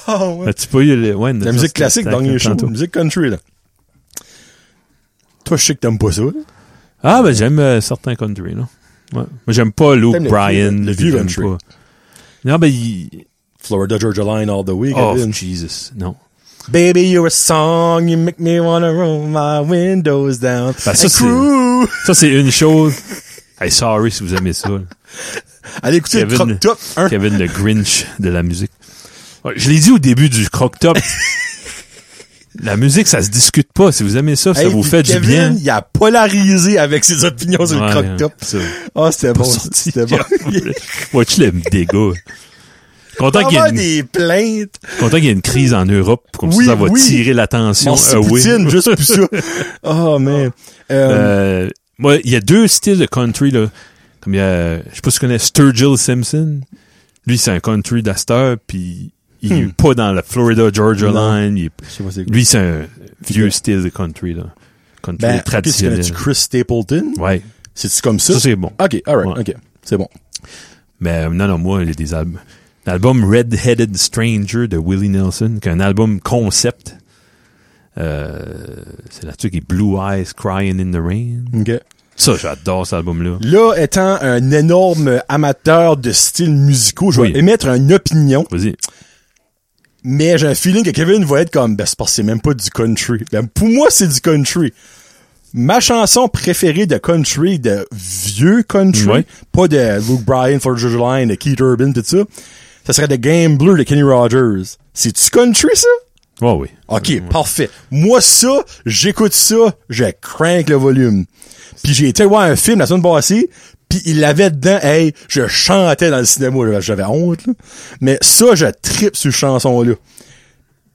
S1: Ah ouais.
S2: As-tu pas eu le. Ouais,
S1: La musique classique dans les shows. Musique country, là. Toi, je sais que t'aimes pas ça, là.
S2: Ah, ben j'aime euh, certains country, là. Ouais. Moi, j'aime pas Luke
S1: T'aimes le
S2: Bryan.
S1: vieux- le
S2: puis
S1: vieux
S2: j'aime
S1: country.
S2: pas- Non, ben il.
S1: Florida Georgia Line all the way,
S2: Oh,
S1: Kevin.
S2: Jesus. Non.
S1: Baby, you're a song, you make me wanna roll my windows down.
S2: Ben, ça,
S1: And
S2: c'est-
S1: crew.
S2: Ça, c'est une chose. Hey, sorry si vous aimez ça. là.
S1: Allez écouter le
S2: Kevin-
S1: croc top. Hein?
S2: Kevin le Grinch de la musique. Ouais, Je l'ai dit au début du croc top. la musique, ça se discute pas. Si vous aimez ça, ça
S1: Hey,
S2: vous
S1: puis
S2: fait
S1: Kevin,
S2: du bien.
S1: il a polarisé avec ses opinions sur
S2: Ouais, hein,
S1: le croc top.
S2: ça.
S1: Ah, c'était bon.
S2: sorti.
S1: C'était bon.
S2: Watch le dégât. Content
S1: On
S2: qu'il y,
S1: va
S2: ait une-
S1: des plaintes.
S2: content qu'il y ait une crise en Europe, comme
S1: Oui,
S2: ça, ça va
S1: oui.
S2: tirer l'attention Euh,
S1: Merci
S2: away.
S1: Poutine, juste pour ça. Oh, man. Euh,
S2: Euh, moi, il y a deux styles de country, là. Comme il y a, je sais pas si tu connais Sturgill Simpson. Lui, c'est un country d'Astor, puis il est
S1: Hmm.
S2: pas dans la Florida Georgia
S1: Non.
S2: Line. Il est
S1: je sais pas c'est quoi.
S2: Lui, c'est un vieux style de country, là. Country
S1: Ben, qu'est-ce que
S2: traditionnel.
S1: ben, tu Chris Stapleton?
S2: Ouais.
S1: C'est-tu comme ça?
S2: Ça, c'est bon.
S1: Ok, alright,
S2: Ouais.
S1: ok. C'est bon.
S2: Mais euh, non, non, moi, il y a des albums. L'album Red-Headed Stranger de Willie Nelson, qui est un album concept. Euh, c'est là-dessus qui est Blue Eyes Crying in the Rain.
S1: Ok.
S2: Ça, j'adore cet album-là.
S1: Là, étant un énorme amateur de styles musicaux, je vais
S2: Oui.
S1: émettre une opinion,
S2: Vas-y.
S1: mais j'ai un feeling que Kevin va être comme, ben, c'est parce que c'est même pas du country. Ben, pour moi, c'est du country. Ma chanson préférée de country, de vieux country,
S2: Ouais.
S1: pas de Luke Bryan, Florida Georgia Line, de Keith Urban, tout ça, ça serait de Game Bleu de Kenny Rogers. C'est-tu country, ça?
S2: Ouais, oui.
S1: OK, parfait. Moi, ça, j'écoute ça, je crank le volume. Puis j'ai été voir un film la semaine passée, puis il l'avait dedans, hey, je chantais dans le cinéma, là, j'avais honte, là. Mais ça, je tripe sur cette chanson-là.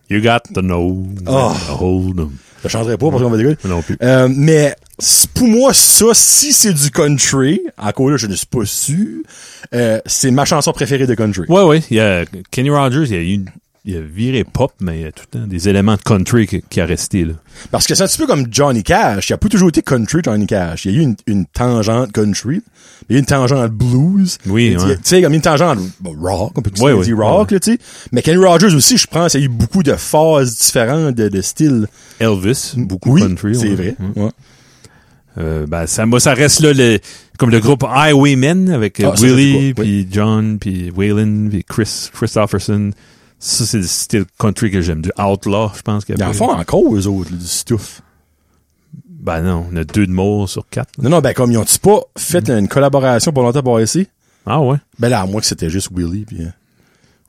S2: You got to know.
S1: Oh.
S2: Hold 'em.
S1: Je changerai pas parce qu'on va dégueuler.
S2: Non plus.
S1: Euh, mais c- pour moi, ça, si c'est du country, encore là, je ne suis pas sûr, euh, c'est ma chanson préférée de country.
S2: Ouais, ouais. Il y a Kenny Rogers, il a, eu- il a viré pop, mais il y a tout le temps des éléments de country qui, qui a resté, là.
S1: Parce que c'est un petit peu comme Johnny Cash. Il a pas toujours été country, Johnny Cash. Il y a eu une, une tangente country. Il y a eu une tangente blues.
S2: Oui,
S1: Tu
S2: ouais.
S1: sais, comme une tangente bah, rock, on peut tout
S2: Ouais,
S1: dire
S2: ouais.
S1: rock, là, tu sais. Mais Kenny Rogers aussi, je pense, il y a eu beaucoup de phases différentes de, de styles.
S2: Elvis, beaucoup
S1: oui,
S2: country.
S1: c'est
S2: ouais.
S1: vrai.
S2: Ouais.
S1: Ouais.
S2: Euh, ben, ça, moi, ça reste là, le, comme le groupe Highwaymen avec euh,
S1: Ah, ça,
S2: Willie,
S1: c'est quoi,
S2: puis John, puis Waylon, puis Chris, Christopherson. Ça, c'est le style country que j'aime. Du Outlaw, je pense. qu'il y
S1: Ils en
S2: avait.
S1: font encore, eux autres, là, du stuff.
S2: Ben non, on a deux de mots sur quatre. là.
S1: Non, non, ben comme ils ont-tu pas fait
S2: Mm.
S1: une collaboration pour longtemps pour essayer?
S2: Ah ouais.
S1: Ben là, à moins que c'était juste Willy, puis... euh,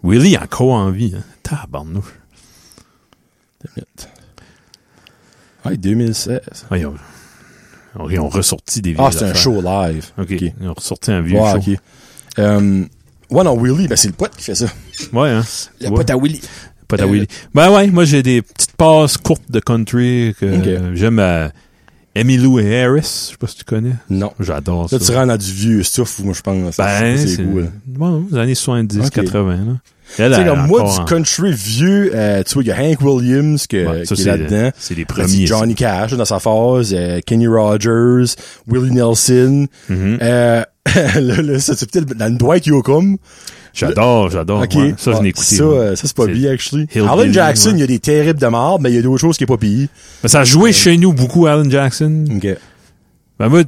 S2: Willie, encore en vie. Hein. Tabarnouche.
S1: deux minutes. Ouais, 2016.
S2: Voyons. On, ils ont ressorti des vieilles
S1: Ah, c'est un
S2: affaires.
S1: show live.
S2: OK.
S1: Ok.
S2: Ils ont ressorti un vieux
S1: Ouais,
S2: show.
S1: ok. Euh, ouais, non, Willy, ben c'est le pote qui fait ça.
S2: Ouais, hein. Ouais.
S1: à Willy.
S2: Pas ta
S1: Euh,
S2: Willy. Ben ouais, moi j'ai des petites passes courtes de country que
S1: Ok.
S2: euh, j'aime euh, Emmylou et Harris, je sais pas si tu connais.
S1: Non.
S2: J'adore ça.
S1: Là, tu rentres dans du vieux stuff, moi, je pense.
S2: ben, c'est
S1: cool.
S2: bon, les années 70,
S1: Ok.
S2: 80 là.
S1: Tu
S2: Elle,
S1: sais,
S2: elle,
S1: comme moi,
S2: Ben, encore en-
S1: du country vieux, euh, tu vois, il y a Hank Williams que,
S2: Ouais, ça,
S1: qui est
S2: c'est-
S1: là-dedans.
S2: C'est les
S1: Là, c'est
S2: premiers.
S1: Johnny Cash dans sa phase, euh, Kenny Rogers, Willie Nelson.
S2: ça. Mhm.
S1: Euh, là, là, ça, c'est peut-être dans le Dwight Yoakam.
S2: J'adore, j'adore.
S1: OK.
S2: ouais. Ça, je
S1: Ah,
S2: l'ai écouté.
S1: Ça,
S2: ouais.
S1: euh, ça, c'est pas
S2: C'est
S1: pire, actually.
S2: Hillbilly,
S1: Alan Jackson,
S2: ouais.
S1: il y a des terribles de mort, mais il y a d'autres choses qui est pas pire.
S2: Ben, ça a joué chez nous beaucoup, Alan Jackson.
S1: OK.
S2: Ben, moi, moi,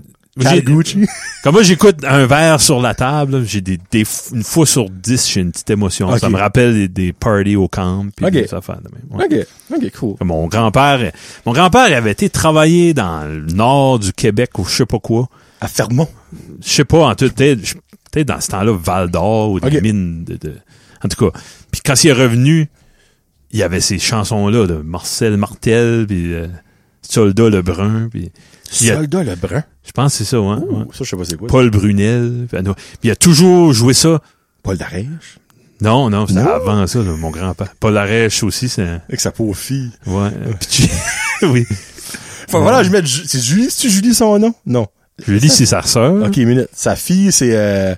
S2: j'ai-
S1: Gucci.
S2: Comme moi, j'écoute un verre sur la table, là, j'ai des, des f- une fois sur dix, j'ai une petite émotion. Ça
S1: Ok.
S2: me rappelle des, des parties au camp, puis
S1: Ok.
S2: des affaires de même. Ouais.
S1: OK. OK, cool.
S2: Comme Mon grand-père, mon grand-père il avait été travailler dans le nord du Québec ou je sais pas quoi.
S1: À Fermont.
S2: Je sais pas, en tout peut-être je- peut-être dans ce temps-là, Val d'Or ou des
S1: Ok.
S2: mines de, de- En tout cas. Puis quand il est revenu, il y avait ces chansons-là de Marcel Martel, puis euh, Soldat Lebrun, puis Il y a-
S1: Soldat le brun.
S2: je pense que c'est ça, hein?
S1: Ouh,
S2: ouais.
S1: Ça, je sais pas c'est quoi.
S2: Paul Brunel. puis Anno- puis il a toujours joué ça.
S1: Paul Darèche.
S2: Non, non, c'était
S1: Non?
S2: avant ça, là, mon grand-père. Paul Arèche aussi, c'est... un-
S1: Avec sa pauvre fille.
S2: Ouais. euh, Pitchi. oui.
S1: Enfin, voilà, je mets, Ju- c'est Julie, c'est Julie son nom? Non.
S2: Je dis c'est sa sœur,
S1: Ok, minute. Sa fille, c'est, euh,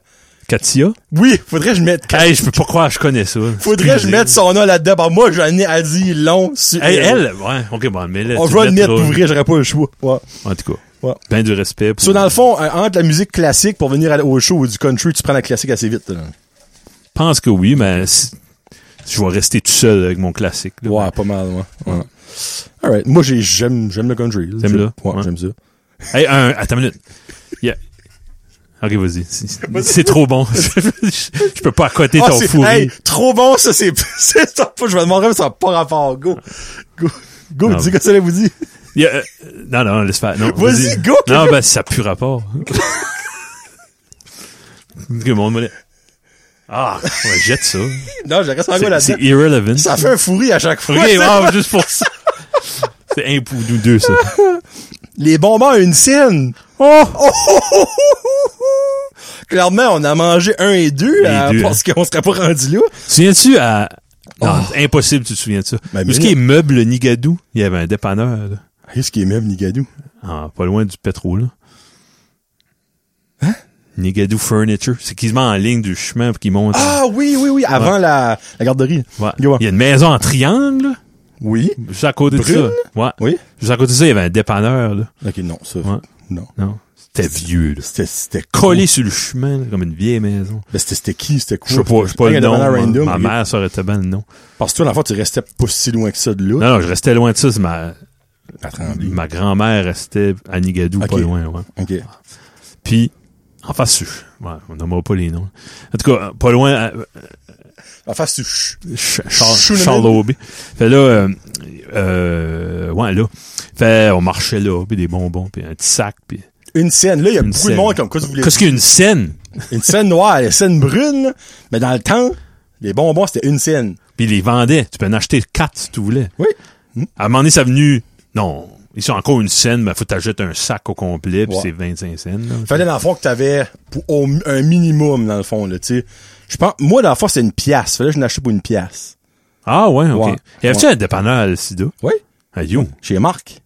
S2: Katia.
S1: oui, faudrait que je mette,
S2: Hey, je peux pas croire que je connais ça.
S1: faudrait que je mette son nom là-dedans. Bah, moi, j'en ai à dire long sur,
S2: Hey, elle, ouais, ok, bon, mais là,
S1: On
S2: tu
S1: va le
S2: mets
S1: mettre
S2: trop-
S1: pour vrai, j'aurais pas le choix. Ouais.
S2: En tout cas,
S1: Ouais.
S2: ben du respect. Pour...
S1: So, dans le fond, euh, entre la musique classique pour venir à- au show ou du country, tu prends la classique assez vite, là.
S2: Je pense que oui, mais si- je vais rester tout seul avec mon classique. là.
S1: Ouais, pas mal, ouais. ouais. Alright. Moi, j'ai, j'aime, j'aime le country. là.
S2: T'aimes
S1: J'aime-
S2: le?
S1: Ouais,
S2: Ouais.
S1: j'aime ça.
S2: Hey, un, attends une minute. Yeah. Ok, vas-y. C'est- C'est trop bon. je peux pas accoter
S1: Ah,
S2: ton
S1: c'est-
S2: fourri.
S1: hey, trop bon, ça, c'est, c'est, ça, je vais demander, mais ça n'a pas rapport. Go. Go. Go,
S2: Non,
S1: dis
S2: mais-
S1: que ça là, vous dit.
S2: Il y a- euh, non, non, laisse faire. Non,
S1: Vas-y, go,
S2: Non, ben, ça pue rapport. que mon mollet. Ah, ouais, jette ça.
S1: Non, je reste en go
S2: C'est c'est
S1: là-dedans.
S2: irrelevant.
S1: Ah, Ça fait un fourri à chaque fois.
S2: Ok,
S1: ça.
S2: wow, juste pour ça. C'est un pour nous deux, ça.
S1: Les bonbons à une scène. Oh! Clairement, on a mangé un et deux,
S2: Les
S1: euh,
S2: deux,
S1: parce qu'on serait pas rendu là.
S2: Tu te Souviens-tu à... Non,
S1: Ah.
S2: impossible, tu te souviens de ça.
S1: Ben,
S2: Tout ce
S1: mais
S2: qui est meuble Nigadou, il y avait un dépanneur, là.
S1: Qu'est-ce qui est même Nigadou?
S2: Ah, pas loin du pétrole, là. Hein?
S1: Hein?
S2: Nigadou Furniture. C'est qu'ils se met en ligne du chemin pour qu'ils montent.
S1: Ah oui, oui, oui, avant la, la garderie.
S2: Ouais.
S1: Go on.
S2: Il y a une maison en triangle, là.
S1: Oui.
S2: Juste à côté
S1: Brune?
S2: de ça. Ouais.
S1: Oui?
S2: Juste à côté de ça, il y avait un dépanneur, là.
S1: Ok, non, ça.
S2: Ouais.
S1: Non.
S2: Non. C'était vieux, là.
S1: C'était, c'était
S2: Collé sur le chemin, là, comme une vieille maison.
S1: Ben, c'était, c'était qui? C'était quoi?
S2: Je sais pas, je sais pas
S1: Il y
S2: le
S1: a
S2: nom.
S1: des bananes random,
S2: ma
S1: ok.
S2: mère saurait très bien le nom.
S1: Parce que toi, dans le fond, tu restais pas si loin que ça de là.
S2: Non, non, je restais loin de ça. c'est Ma,
S1: Pas tremblé.
S2: ma grand-mère restait à Nigadou,
S1: Ok.
S2: pas loin, ouais.
S1: Ok.
S2: Puis, en face, je- ouais, on nommera pas les noms. En tout cas, pas loin, à-
S1: Enfin, c'est chut.
S2: Ch- Char-
S1: Schooneman.
S2: Charles Aubé. Fait là, euh, euh, ouais, là. Fait, on marchait là, puis des bonbons, puis un petit sac, puis...
S1: Une scène. Là, il y a
S2: Une
S1: beaucoup de
S2: scène.
S1: monde comme quoi tu voulais.
S2: Qu'est-ce qu'il y a une scène?
S1: Une scène noire, une scène brune. Mais dans le temps, les bonbons, c'était une scène.
S2: Puis ils les vendaient. Tu peux en acheter quatre si tu voulais.
S1: Oui.
S2: À un moment donné, ça a venu... Non, ils sont encore une scène, mais faut t'acheter un sac au complet, puis
S1: Ouais.
S2: c'est 25 cents. là.
S1: Fallait dans le fond que t'avais pour au mi- un minimum dans le fond là, tu sais. Je pense moi dans le fond c'est une pièce. Fallait que je n'achète pour une pièce.
S2: Ah ouais, OK.
S1: Ouais.
S2: Il y avait-tu un dépanneur à Alcida?
S1: Oui.
S2: À You.
S1: Chez Marc.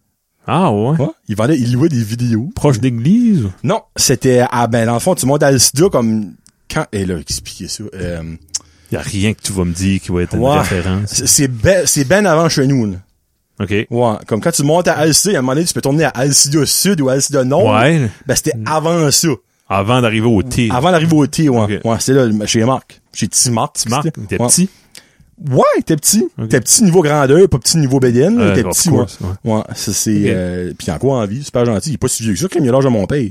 S2: Ah ouais.
S1: Ouais. Il vendait, il louait des vidéos.
S2: Proche d'église. ou-
S1: Non, c'était, ah ben, dans le fond, tu montes à Alcida comme, quand, et là, expliquez ça, euh,
S2: Il n'y a rien que tu vas me dire qui va être
S1: Ouais.
S2: une référence.
S1: c'est c'est ben, c'est ben avant chez nous, là.
S2: OK.
S1: Ouais. Comme quand tu montes à Alcida, à un moment donné, tu peux tourner à Alcida Sud ou Alcida Nord.
S2: Ouais.
S1: Ben, c'était avant ça.
S2: Avant d'arriver au T.
S1: Avant d'arriver au T, ouais.
S2: Ok.
S1: Ouais, c'est là, chez Marc. Chez Petit Marc.
S2: Tu marques,
S1: c'était.
S2: t'es
S1: Ouais.
S2: petit.
S1: Ouais, t'es petit.
S2: Ok.
S1: T'es petit niveau grandeur, pas petit niveau bédienne.
S2: Euh,
S1: t'es
S2: of
S1: petit, ouais.
S2: course, ouais.
S1: Ouais, ça c'est...
S2: Ok.
S1: Euh, puis encore en vie, super gentil. Il est pas si vieux que ça, qu'il a l'âge de mon père.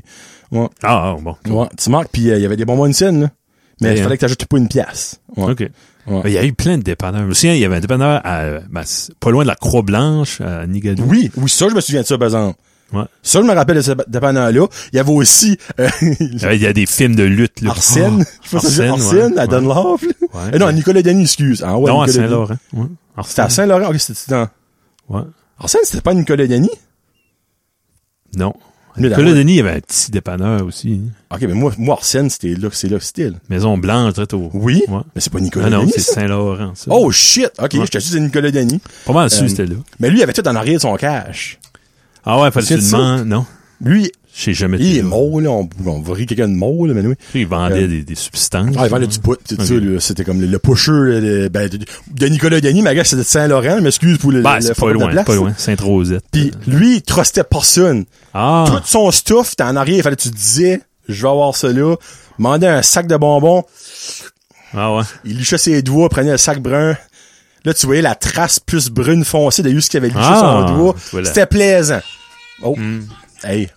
S1: Ouais,
S2: Ah, ah, bon.
S1: ouais. Petit Marc, puis euh, il y avait des bonbons de scène, là. Mais
S2: Ouais,
S1: il
S2: hein.
S1: fallait que t'ajoutes pas une pièce. Ouais.
S2: OK. Mais Il y a eu plein de dépanneurs. Je me souviens, il y avait un dépanneur à, ben, c'est pas loin de la Croix-Blanche, à Nigadou.
S1: Oui, oui, ça, je me souviens de ça, par exemple.
S2: Ouais.
S1: Ça, je me rappelle de ce dépanneur-là. Il y avait aussi euh,
S2: Euh, Il y a des films de lutte, là.
S1: Arsène.
S2: Oh,
S1: je pense que c'est
S2: Arsène,
S1: Arsène,
S2: ouais,
S1: à
S2: ouais.
S1: Dunlop. là.
S2: Ouais.
S1: Eh non, à Nicolas Denis, excuse. Ah, ouais,
S2: Non, à
S1: Nicolas Denis.
S2: Saint-Laurent. Ouais.
S1: C'était à
S2: Arsène.
S1: Saint-Laurent. Ok, c'était dans...
S2: Ouais.
S1: Arsène, c'était pas Nicolas Denis?
S2: Non.
S1: Mais
S2: Nicolas Denis, il y avait un petit dépanneur aussi. hein.
S1: Ok, mais moi, moi Arsène, c'était là, c'est là, c'était là.
S2: Maison Blanche, très tôt.
S1: Oui?
S2: Ouais.
S1: Mais c'est pas Nicolas
S2: Ah non,
S1: Denis,
S2: c'est
S1: ça?
S2: Saint-Laurent, ça.
S1: Oh shit! Ok,
S2: Ouais.
S1: je t'ai dit c'est Nicolas Denis.
S2: Pas mal su,
S1: Euh,
S2: c'était là.
S1: Mais lui, il avait tout en arrière de son cash.
S2: Ah ouais, fallait
S1: c'est
S2: que tu
S1: ça.
S2: demandes. Non.
S1: Lui,
S2: Je sais jamais.
S1: il
S2: été
S1: est
S2: là.
S1: mort, là. On, on va rire quelqu'un de mort, là, mais oui.
S2: Il vendait
S1: Euh,
S2: des, des substances.
S1: Ah, il vendait
S2: ouais.
S1: du pot, pis tout
S2: Ok.
S1: ça, là. C'était comme le, le pusher, là, de, ben, de, de Nicolas Denis, ma gars, c'était de Saint-Laurent, je m'excuse pour le,
S2: Bah,
S1: le-
S2: c'est
S1: le
S2: pas
S1: fuck-up de
S2: loin,
S1: place.
S2: pas loin. Sainte-Rosette.
S1: Puis lui, il trustait personne.
S2: Ah,
S1: Tout son stuff, t'es en arrière, il fallait que tu te disais, je vais avoir ça là. Mandait un sac de bonbons,
S2: ah ouais.
S1: il lichait ses doigts, prenait le sac brun. Là, tu voyais la trace plus brune foncée de ce qu'il avait liché
S2: Ah,
S1: son doigt.
S2: voilà.
S1: C'était plaisant. Oh.
S2: Hmm.
S1: Hey.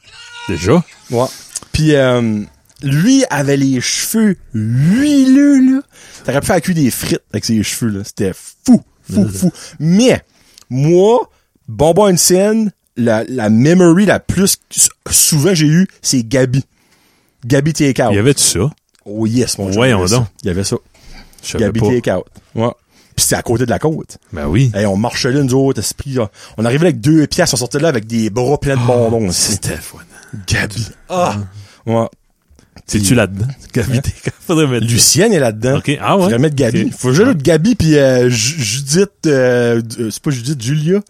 S2: Déjà?
S1: Ouais. Puis euh, lui avait les cheveux huileux là. T'aurais pu faire cuire des frites avec ses cheveux là. C'était fou, fou,
S2: Mmh.
S1: fou. Mais moi, bonbon une scène, la, la memory la plus s- souvent j'ai eu, c'est Gabi. Gabi Takeout.
S2: Il y avait tout ça.
S1: Oh yes, mon Dieu. il
S2: Voyons
S1: y avait ça.
S2: donc.
S1: Il y avait ça.
S2: Je savais
S1: Gabi
S2: pas.
S1: Takeout. Ouais. Puis c'était à côté de la côte.
S2: Ben oui.
S1: Hey, on marchait là, nous autres, esprit. là. On arrivait là avec deux pièces, on sortait de là avec des bras pleins
S2: Ah,
S1: de bonbons. aussi.
S2: C'était fun.
S1: Gabi. Ah! Ouais.
S2: C'est-tu là-dedans? Gabi Técart. Faudrait mettre
S1: Lucienne est là-dedans.
S2: OK. Ah
S1: Faut
S2: ouais?
S1: que je mette Gabi.
S2: Ok.
S1: Faut que je mette Gabi puis euh, Ju- Judith euh, euh, c'est pas Judith Julia.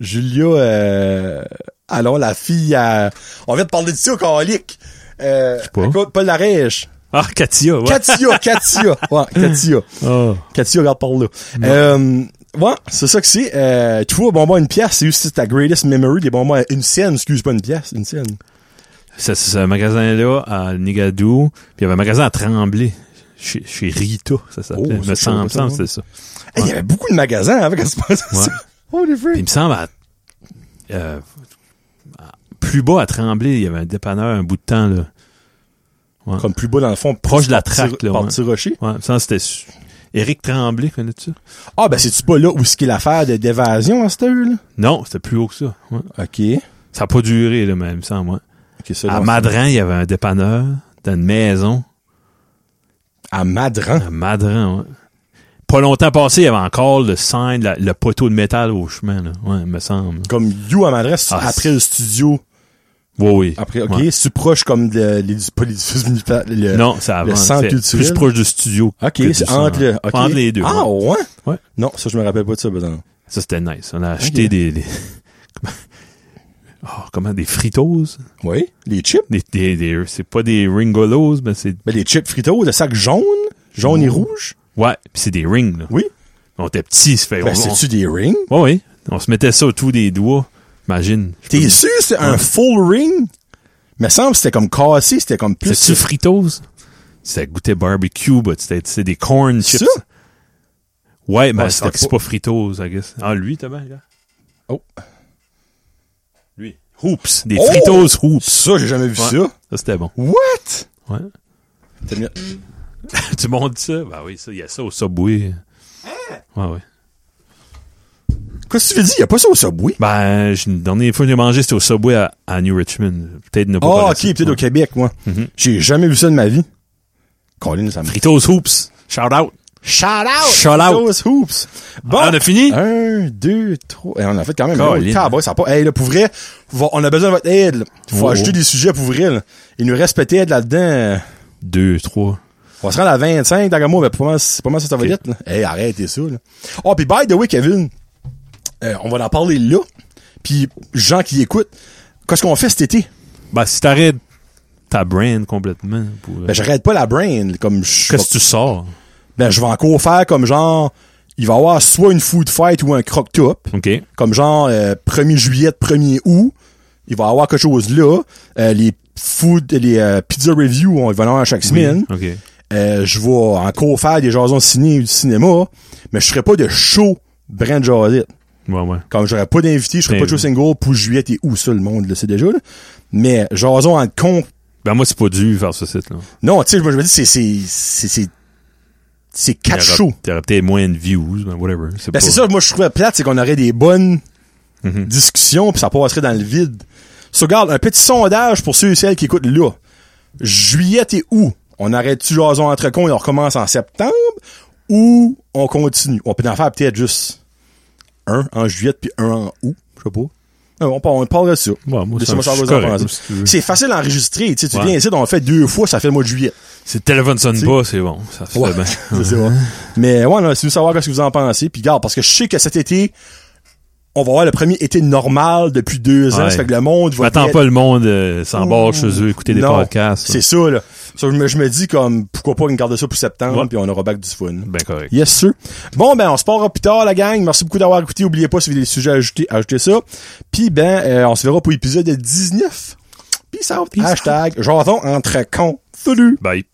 S1: Julia euh, alors la fille à on vient de parler de ça au calique. Euh,
S2: pas.
S1: écoute, Paul Larèche.
S2: Ah, Katia, ouais.
S1: Katia, Katia. Ouais, Katia.
S2: Ah.
S1: Cathy, regarde par là. Euh, ouais, c'est ça que c'est. Euh, tu vois, bonbon à une pièce, c'est juste ta greatest memory des bonbons à une scène, excuse pas une pièce, une scène.
S2: C'est c'est un magasin-là à Nigadou. Puis il y avait un magasin à Tremblay. Chez, chez Rita, ça s'appelait.
S1: Oh, ça, je
S2: me
S1: savais
S2: semble,
S1: pas ça,
S2: semble, c'était ça.
S1: Hey, Eh, Il y avait beaucoup de magasins hein, avec à ce moment
S2: Ouais.
S1: ça. Holy frick.
S2: Puis il me semble à, euh, à- plus bas à Tremblay, il y avait un dépanneur un bout de temps, là.
S1: Comme plus bas dans le fond,
S2: Proche de la
S1: parti-
S2: traque, là, ouais.
S1: parti rocher.
S2: Ouais, il me semble que c'était su- Éric Tremblay, connais-tu ça?
S1: Ah, ben, c'est-tu pas là où ce qu'il a l'affaire de- d'évasion à cette heure, là?
S2: Non, c'était plus haut que ça. ouais.
S1: OK.
S2: Ça a pas duré, là, mais il me semble, ouais.
S1: OK, ça,
S2: À
S1: non,
S2: Madran, il y avait un dépanneur dans une maison.
S1: c'est- à Madran.
S2: À Madran, ouais. Pas longtemps passé, il y avait encore le sign, la- le poteau de métal au chemin, là. Ouais, il me semble.
S1: Comme You à Madran, c'est-
S2: Ah,
S1: après le studio.
S2: Oui, oui.
S1: Après, OK.
S2: Ouais.
S1: C'est proche comme de, l'édif- pas l'édifice municipal. le-
S2: Non, c'est avant.
S1: le centre
S2: C'est
S1: culturel.
S2: plus proche du studio.
S1: OK,
S2: que du
S1: c'est
S2: centre.
S1: entre, le- ok.
S2: Entre les deux. ouais.
S1: Ah, ouais?
S2: Ouais.
S1: Non, ça, je me rappelle pas de ça, ben, non.
S2: Ça, c'était nice. On a acheté des... des- comment- Oh, comment? Des fritos?
S1: Oui. Les chips?
S2: Des, des, des- c'est pas des ringolos, mais c'est...
S1: Ben, les chips fritos, le sac jaune, jaune et rouge.
S2: Ouais, pis c'est des rings, là.
S1: Oui.
S2: On était petits, ça fait...
S1: Ben,
S2: on- on-
S1: c'est-tu des rings?
S2: Ouais, oui. On se mettait ça autour des doigts. Imagine. Je peux-
S1: T'es sûr, c'est un full ring? Me semble que c'était comme cassé, c'était comme plus.
S2: C'est-tu fritos? Ça goûtait barbecue, but c'était c'était des corn
S1: C'est
S2: chips.
S1: ça?
S2: Ouais, mais
S1: Ah,
S2: c'est
S1: c'était
S2: c'est pas fritos, I guess. Ah, lui, t'as bien, là.
S1: Oh.
S2: Lui. Hoops. Des
S1: Oh!
S2: fritos hoops.
S1: Ça, j'ai jamais vu
S2: Ouais.
S1: ça.
S2: Ça, c'était bon.
S1: What?
S2: Ouais.
S1: T'as mis-
S2: tu montes ça? Ben oui, ça, il y a ça au Subway. Ouais, ouais.
S1: Qu'est-ce que tu veux dire? Y a pas ça au Subway?
S2: Ben, j'ai- la dernière fois que j'ai mangé, c'était au Subway à, à New Richmond. Peut-être ne pas
S1: Ah, ok,
S2: connaître ça.
S1: peut-être au
S2: Ouais. Mhm.
S1: Québec, moi. J'ai jamais vu ça de ma vie. Colin, ça me
S2: Fritos Hoops. Shout out.
S1: Shout out!
S2: Shout out.
S1: Those hoops! Bon! Hein?
S2: Ah, on a fini?
S1: Un, deux, trois. Et on a fait quand même un
S2: Colin.
S1: tabac, ça a pas. Hey, là, pour vrai, va- on a besoin de votre aide, là. Faut
S2: Oh.
S1: ajouter des sujets pour vrai, là. Il nous reste peut-être là-dedans. euh,
S2: Deux, trois.
S1: On se rend à 25, Dagamo, mais pas mal, c'est pas mal ça, Ah, ça va
S2: Ok.
S1: vite, là. Hey, arrêtez ça, là. Oh, puis by the way, Kevin. Euh, on va en parler là. Puis, gens qui écoutent, qu'est-ce qu'on fait cet été?
S2: Ben, si t'arrêtes ta brand complètement. Pour, euh,
S1: Ben, j'arrête pas la brain. Comme je
S2: Qu'est-ce que tu sors?
S1: ben, je vais encore faire comme genre, il va y avoir soit une food fight ou un croc top.
S2: OK.
S1: Comme genre, euh, 1er juillet, 1er août. Il va y avoir quelque chose là. Euh, les food, les euh, pizza reviews, on va en avoir à chaque semaine.
S2: OK.
S1: Euh, je vais encore faire des jasons ciné ou du cinéma, mais je ferai pas de show brand jasette.
S2: Ouais, ouais.
S1: Comme j'aurais pas d'invité, je ferai pas de show single pour juillet et où ça, le monde le sait déjà, là. Mais jason en con.
S2: Ben, moi, c'est pas dû faire ce site-là.
S1: Non, tu sais, moi, je me dis, c'est, c'est, c'est, c'est, c'est quatre
S2: T'aurais-
S1: shows.
S2: T'aurais peut-être moins de views, ben, whatever. C'est
S1: Ben,
S2: pas-
S1: c'est ça, moi, je trouvais plate, c'est qu'on aurait des bonnes
S2: Mhm.
S1: discussions, puis ça passerait dans le vide. So, regarde, un petit sondage pour ceux et celles qui écoutent là. Juillet et août, on arrête-tu jason entre cons et on recommence en septembre, ou on continue? On peut en faire peut-être juste un en juillet puis un en août, je sais pas. Non, on, parle- on parle de ça.
S2: Ouais, moi,
S1: De ça,
S2: ça me-
S1: moi, ça,
S2: je suis
S1: ça, ça,
S2: correct,
S1: ça.
S2: si tu veux.
S1: C'est facile à enregistrer. Tu sais, tu
S2: Ouais.
S1: viens ici, on le fait deux fois, ça fait le mois de juillet.
S2: Si le téléphone sonne
S1: Tu-
S2: pas, c'est bon. Ça se
S1: Ouais.
S2: fait bien.
S1: Je sais pas. Mais ouais, non, si vous savoir ce que vous en pensez, puis garde, parce que je sais que cet été, on va avoir le premier été normal depuis deux ans.
S2: Ouais.
S1: Ça fait que le monde va.
S2: M'attends
S1: être-
S2: pas le monde euh, s'embarque
S1: Ouh.
S2: chez eux, écouter des
S1: Non,
S2: podcasts.
S1: C'est ça, là. Ça, je, me, je me dis comme pourquoi pas une garde ça pour septembre,
S2: Ouais.
S1: puis on aura back du fun.
S2: Ben correct.
S1: Yes, sûr. Bon, ben, on se part plus tard, la gang. Merci beaucoup d'avoir écouté. Oubliez pas, si vous avez des sujets à ajouter, ajoutez ça. Puis, ben, euh, on se verra pour l'épisode 19. Peace out. Hashtag, j'entends entre cons. Salut.
S2: Bye.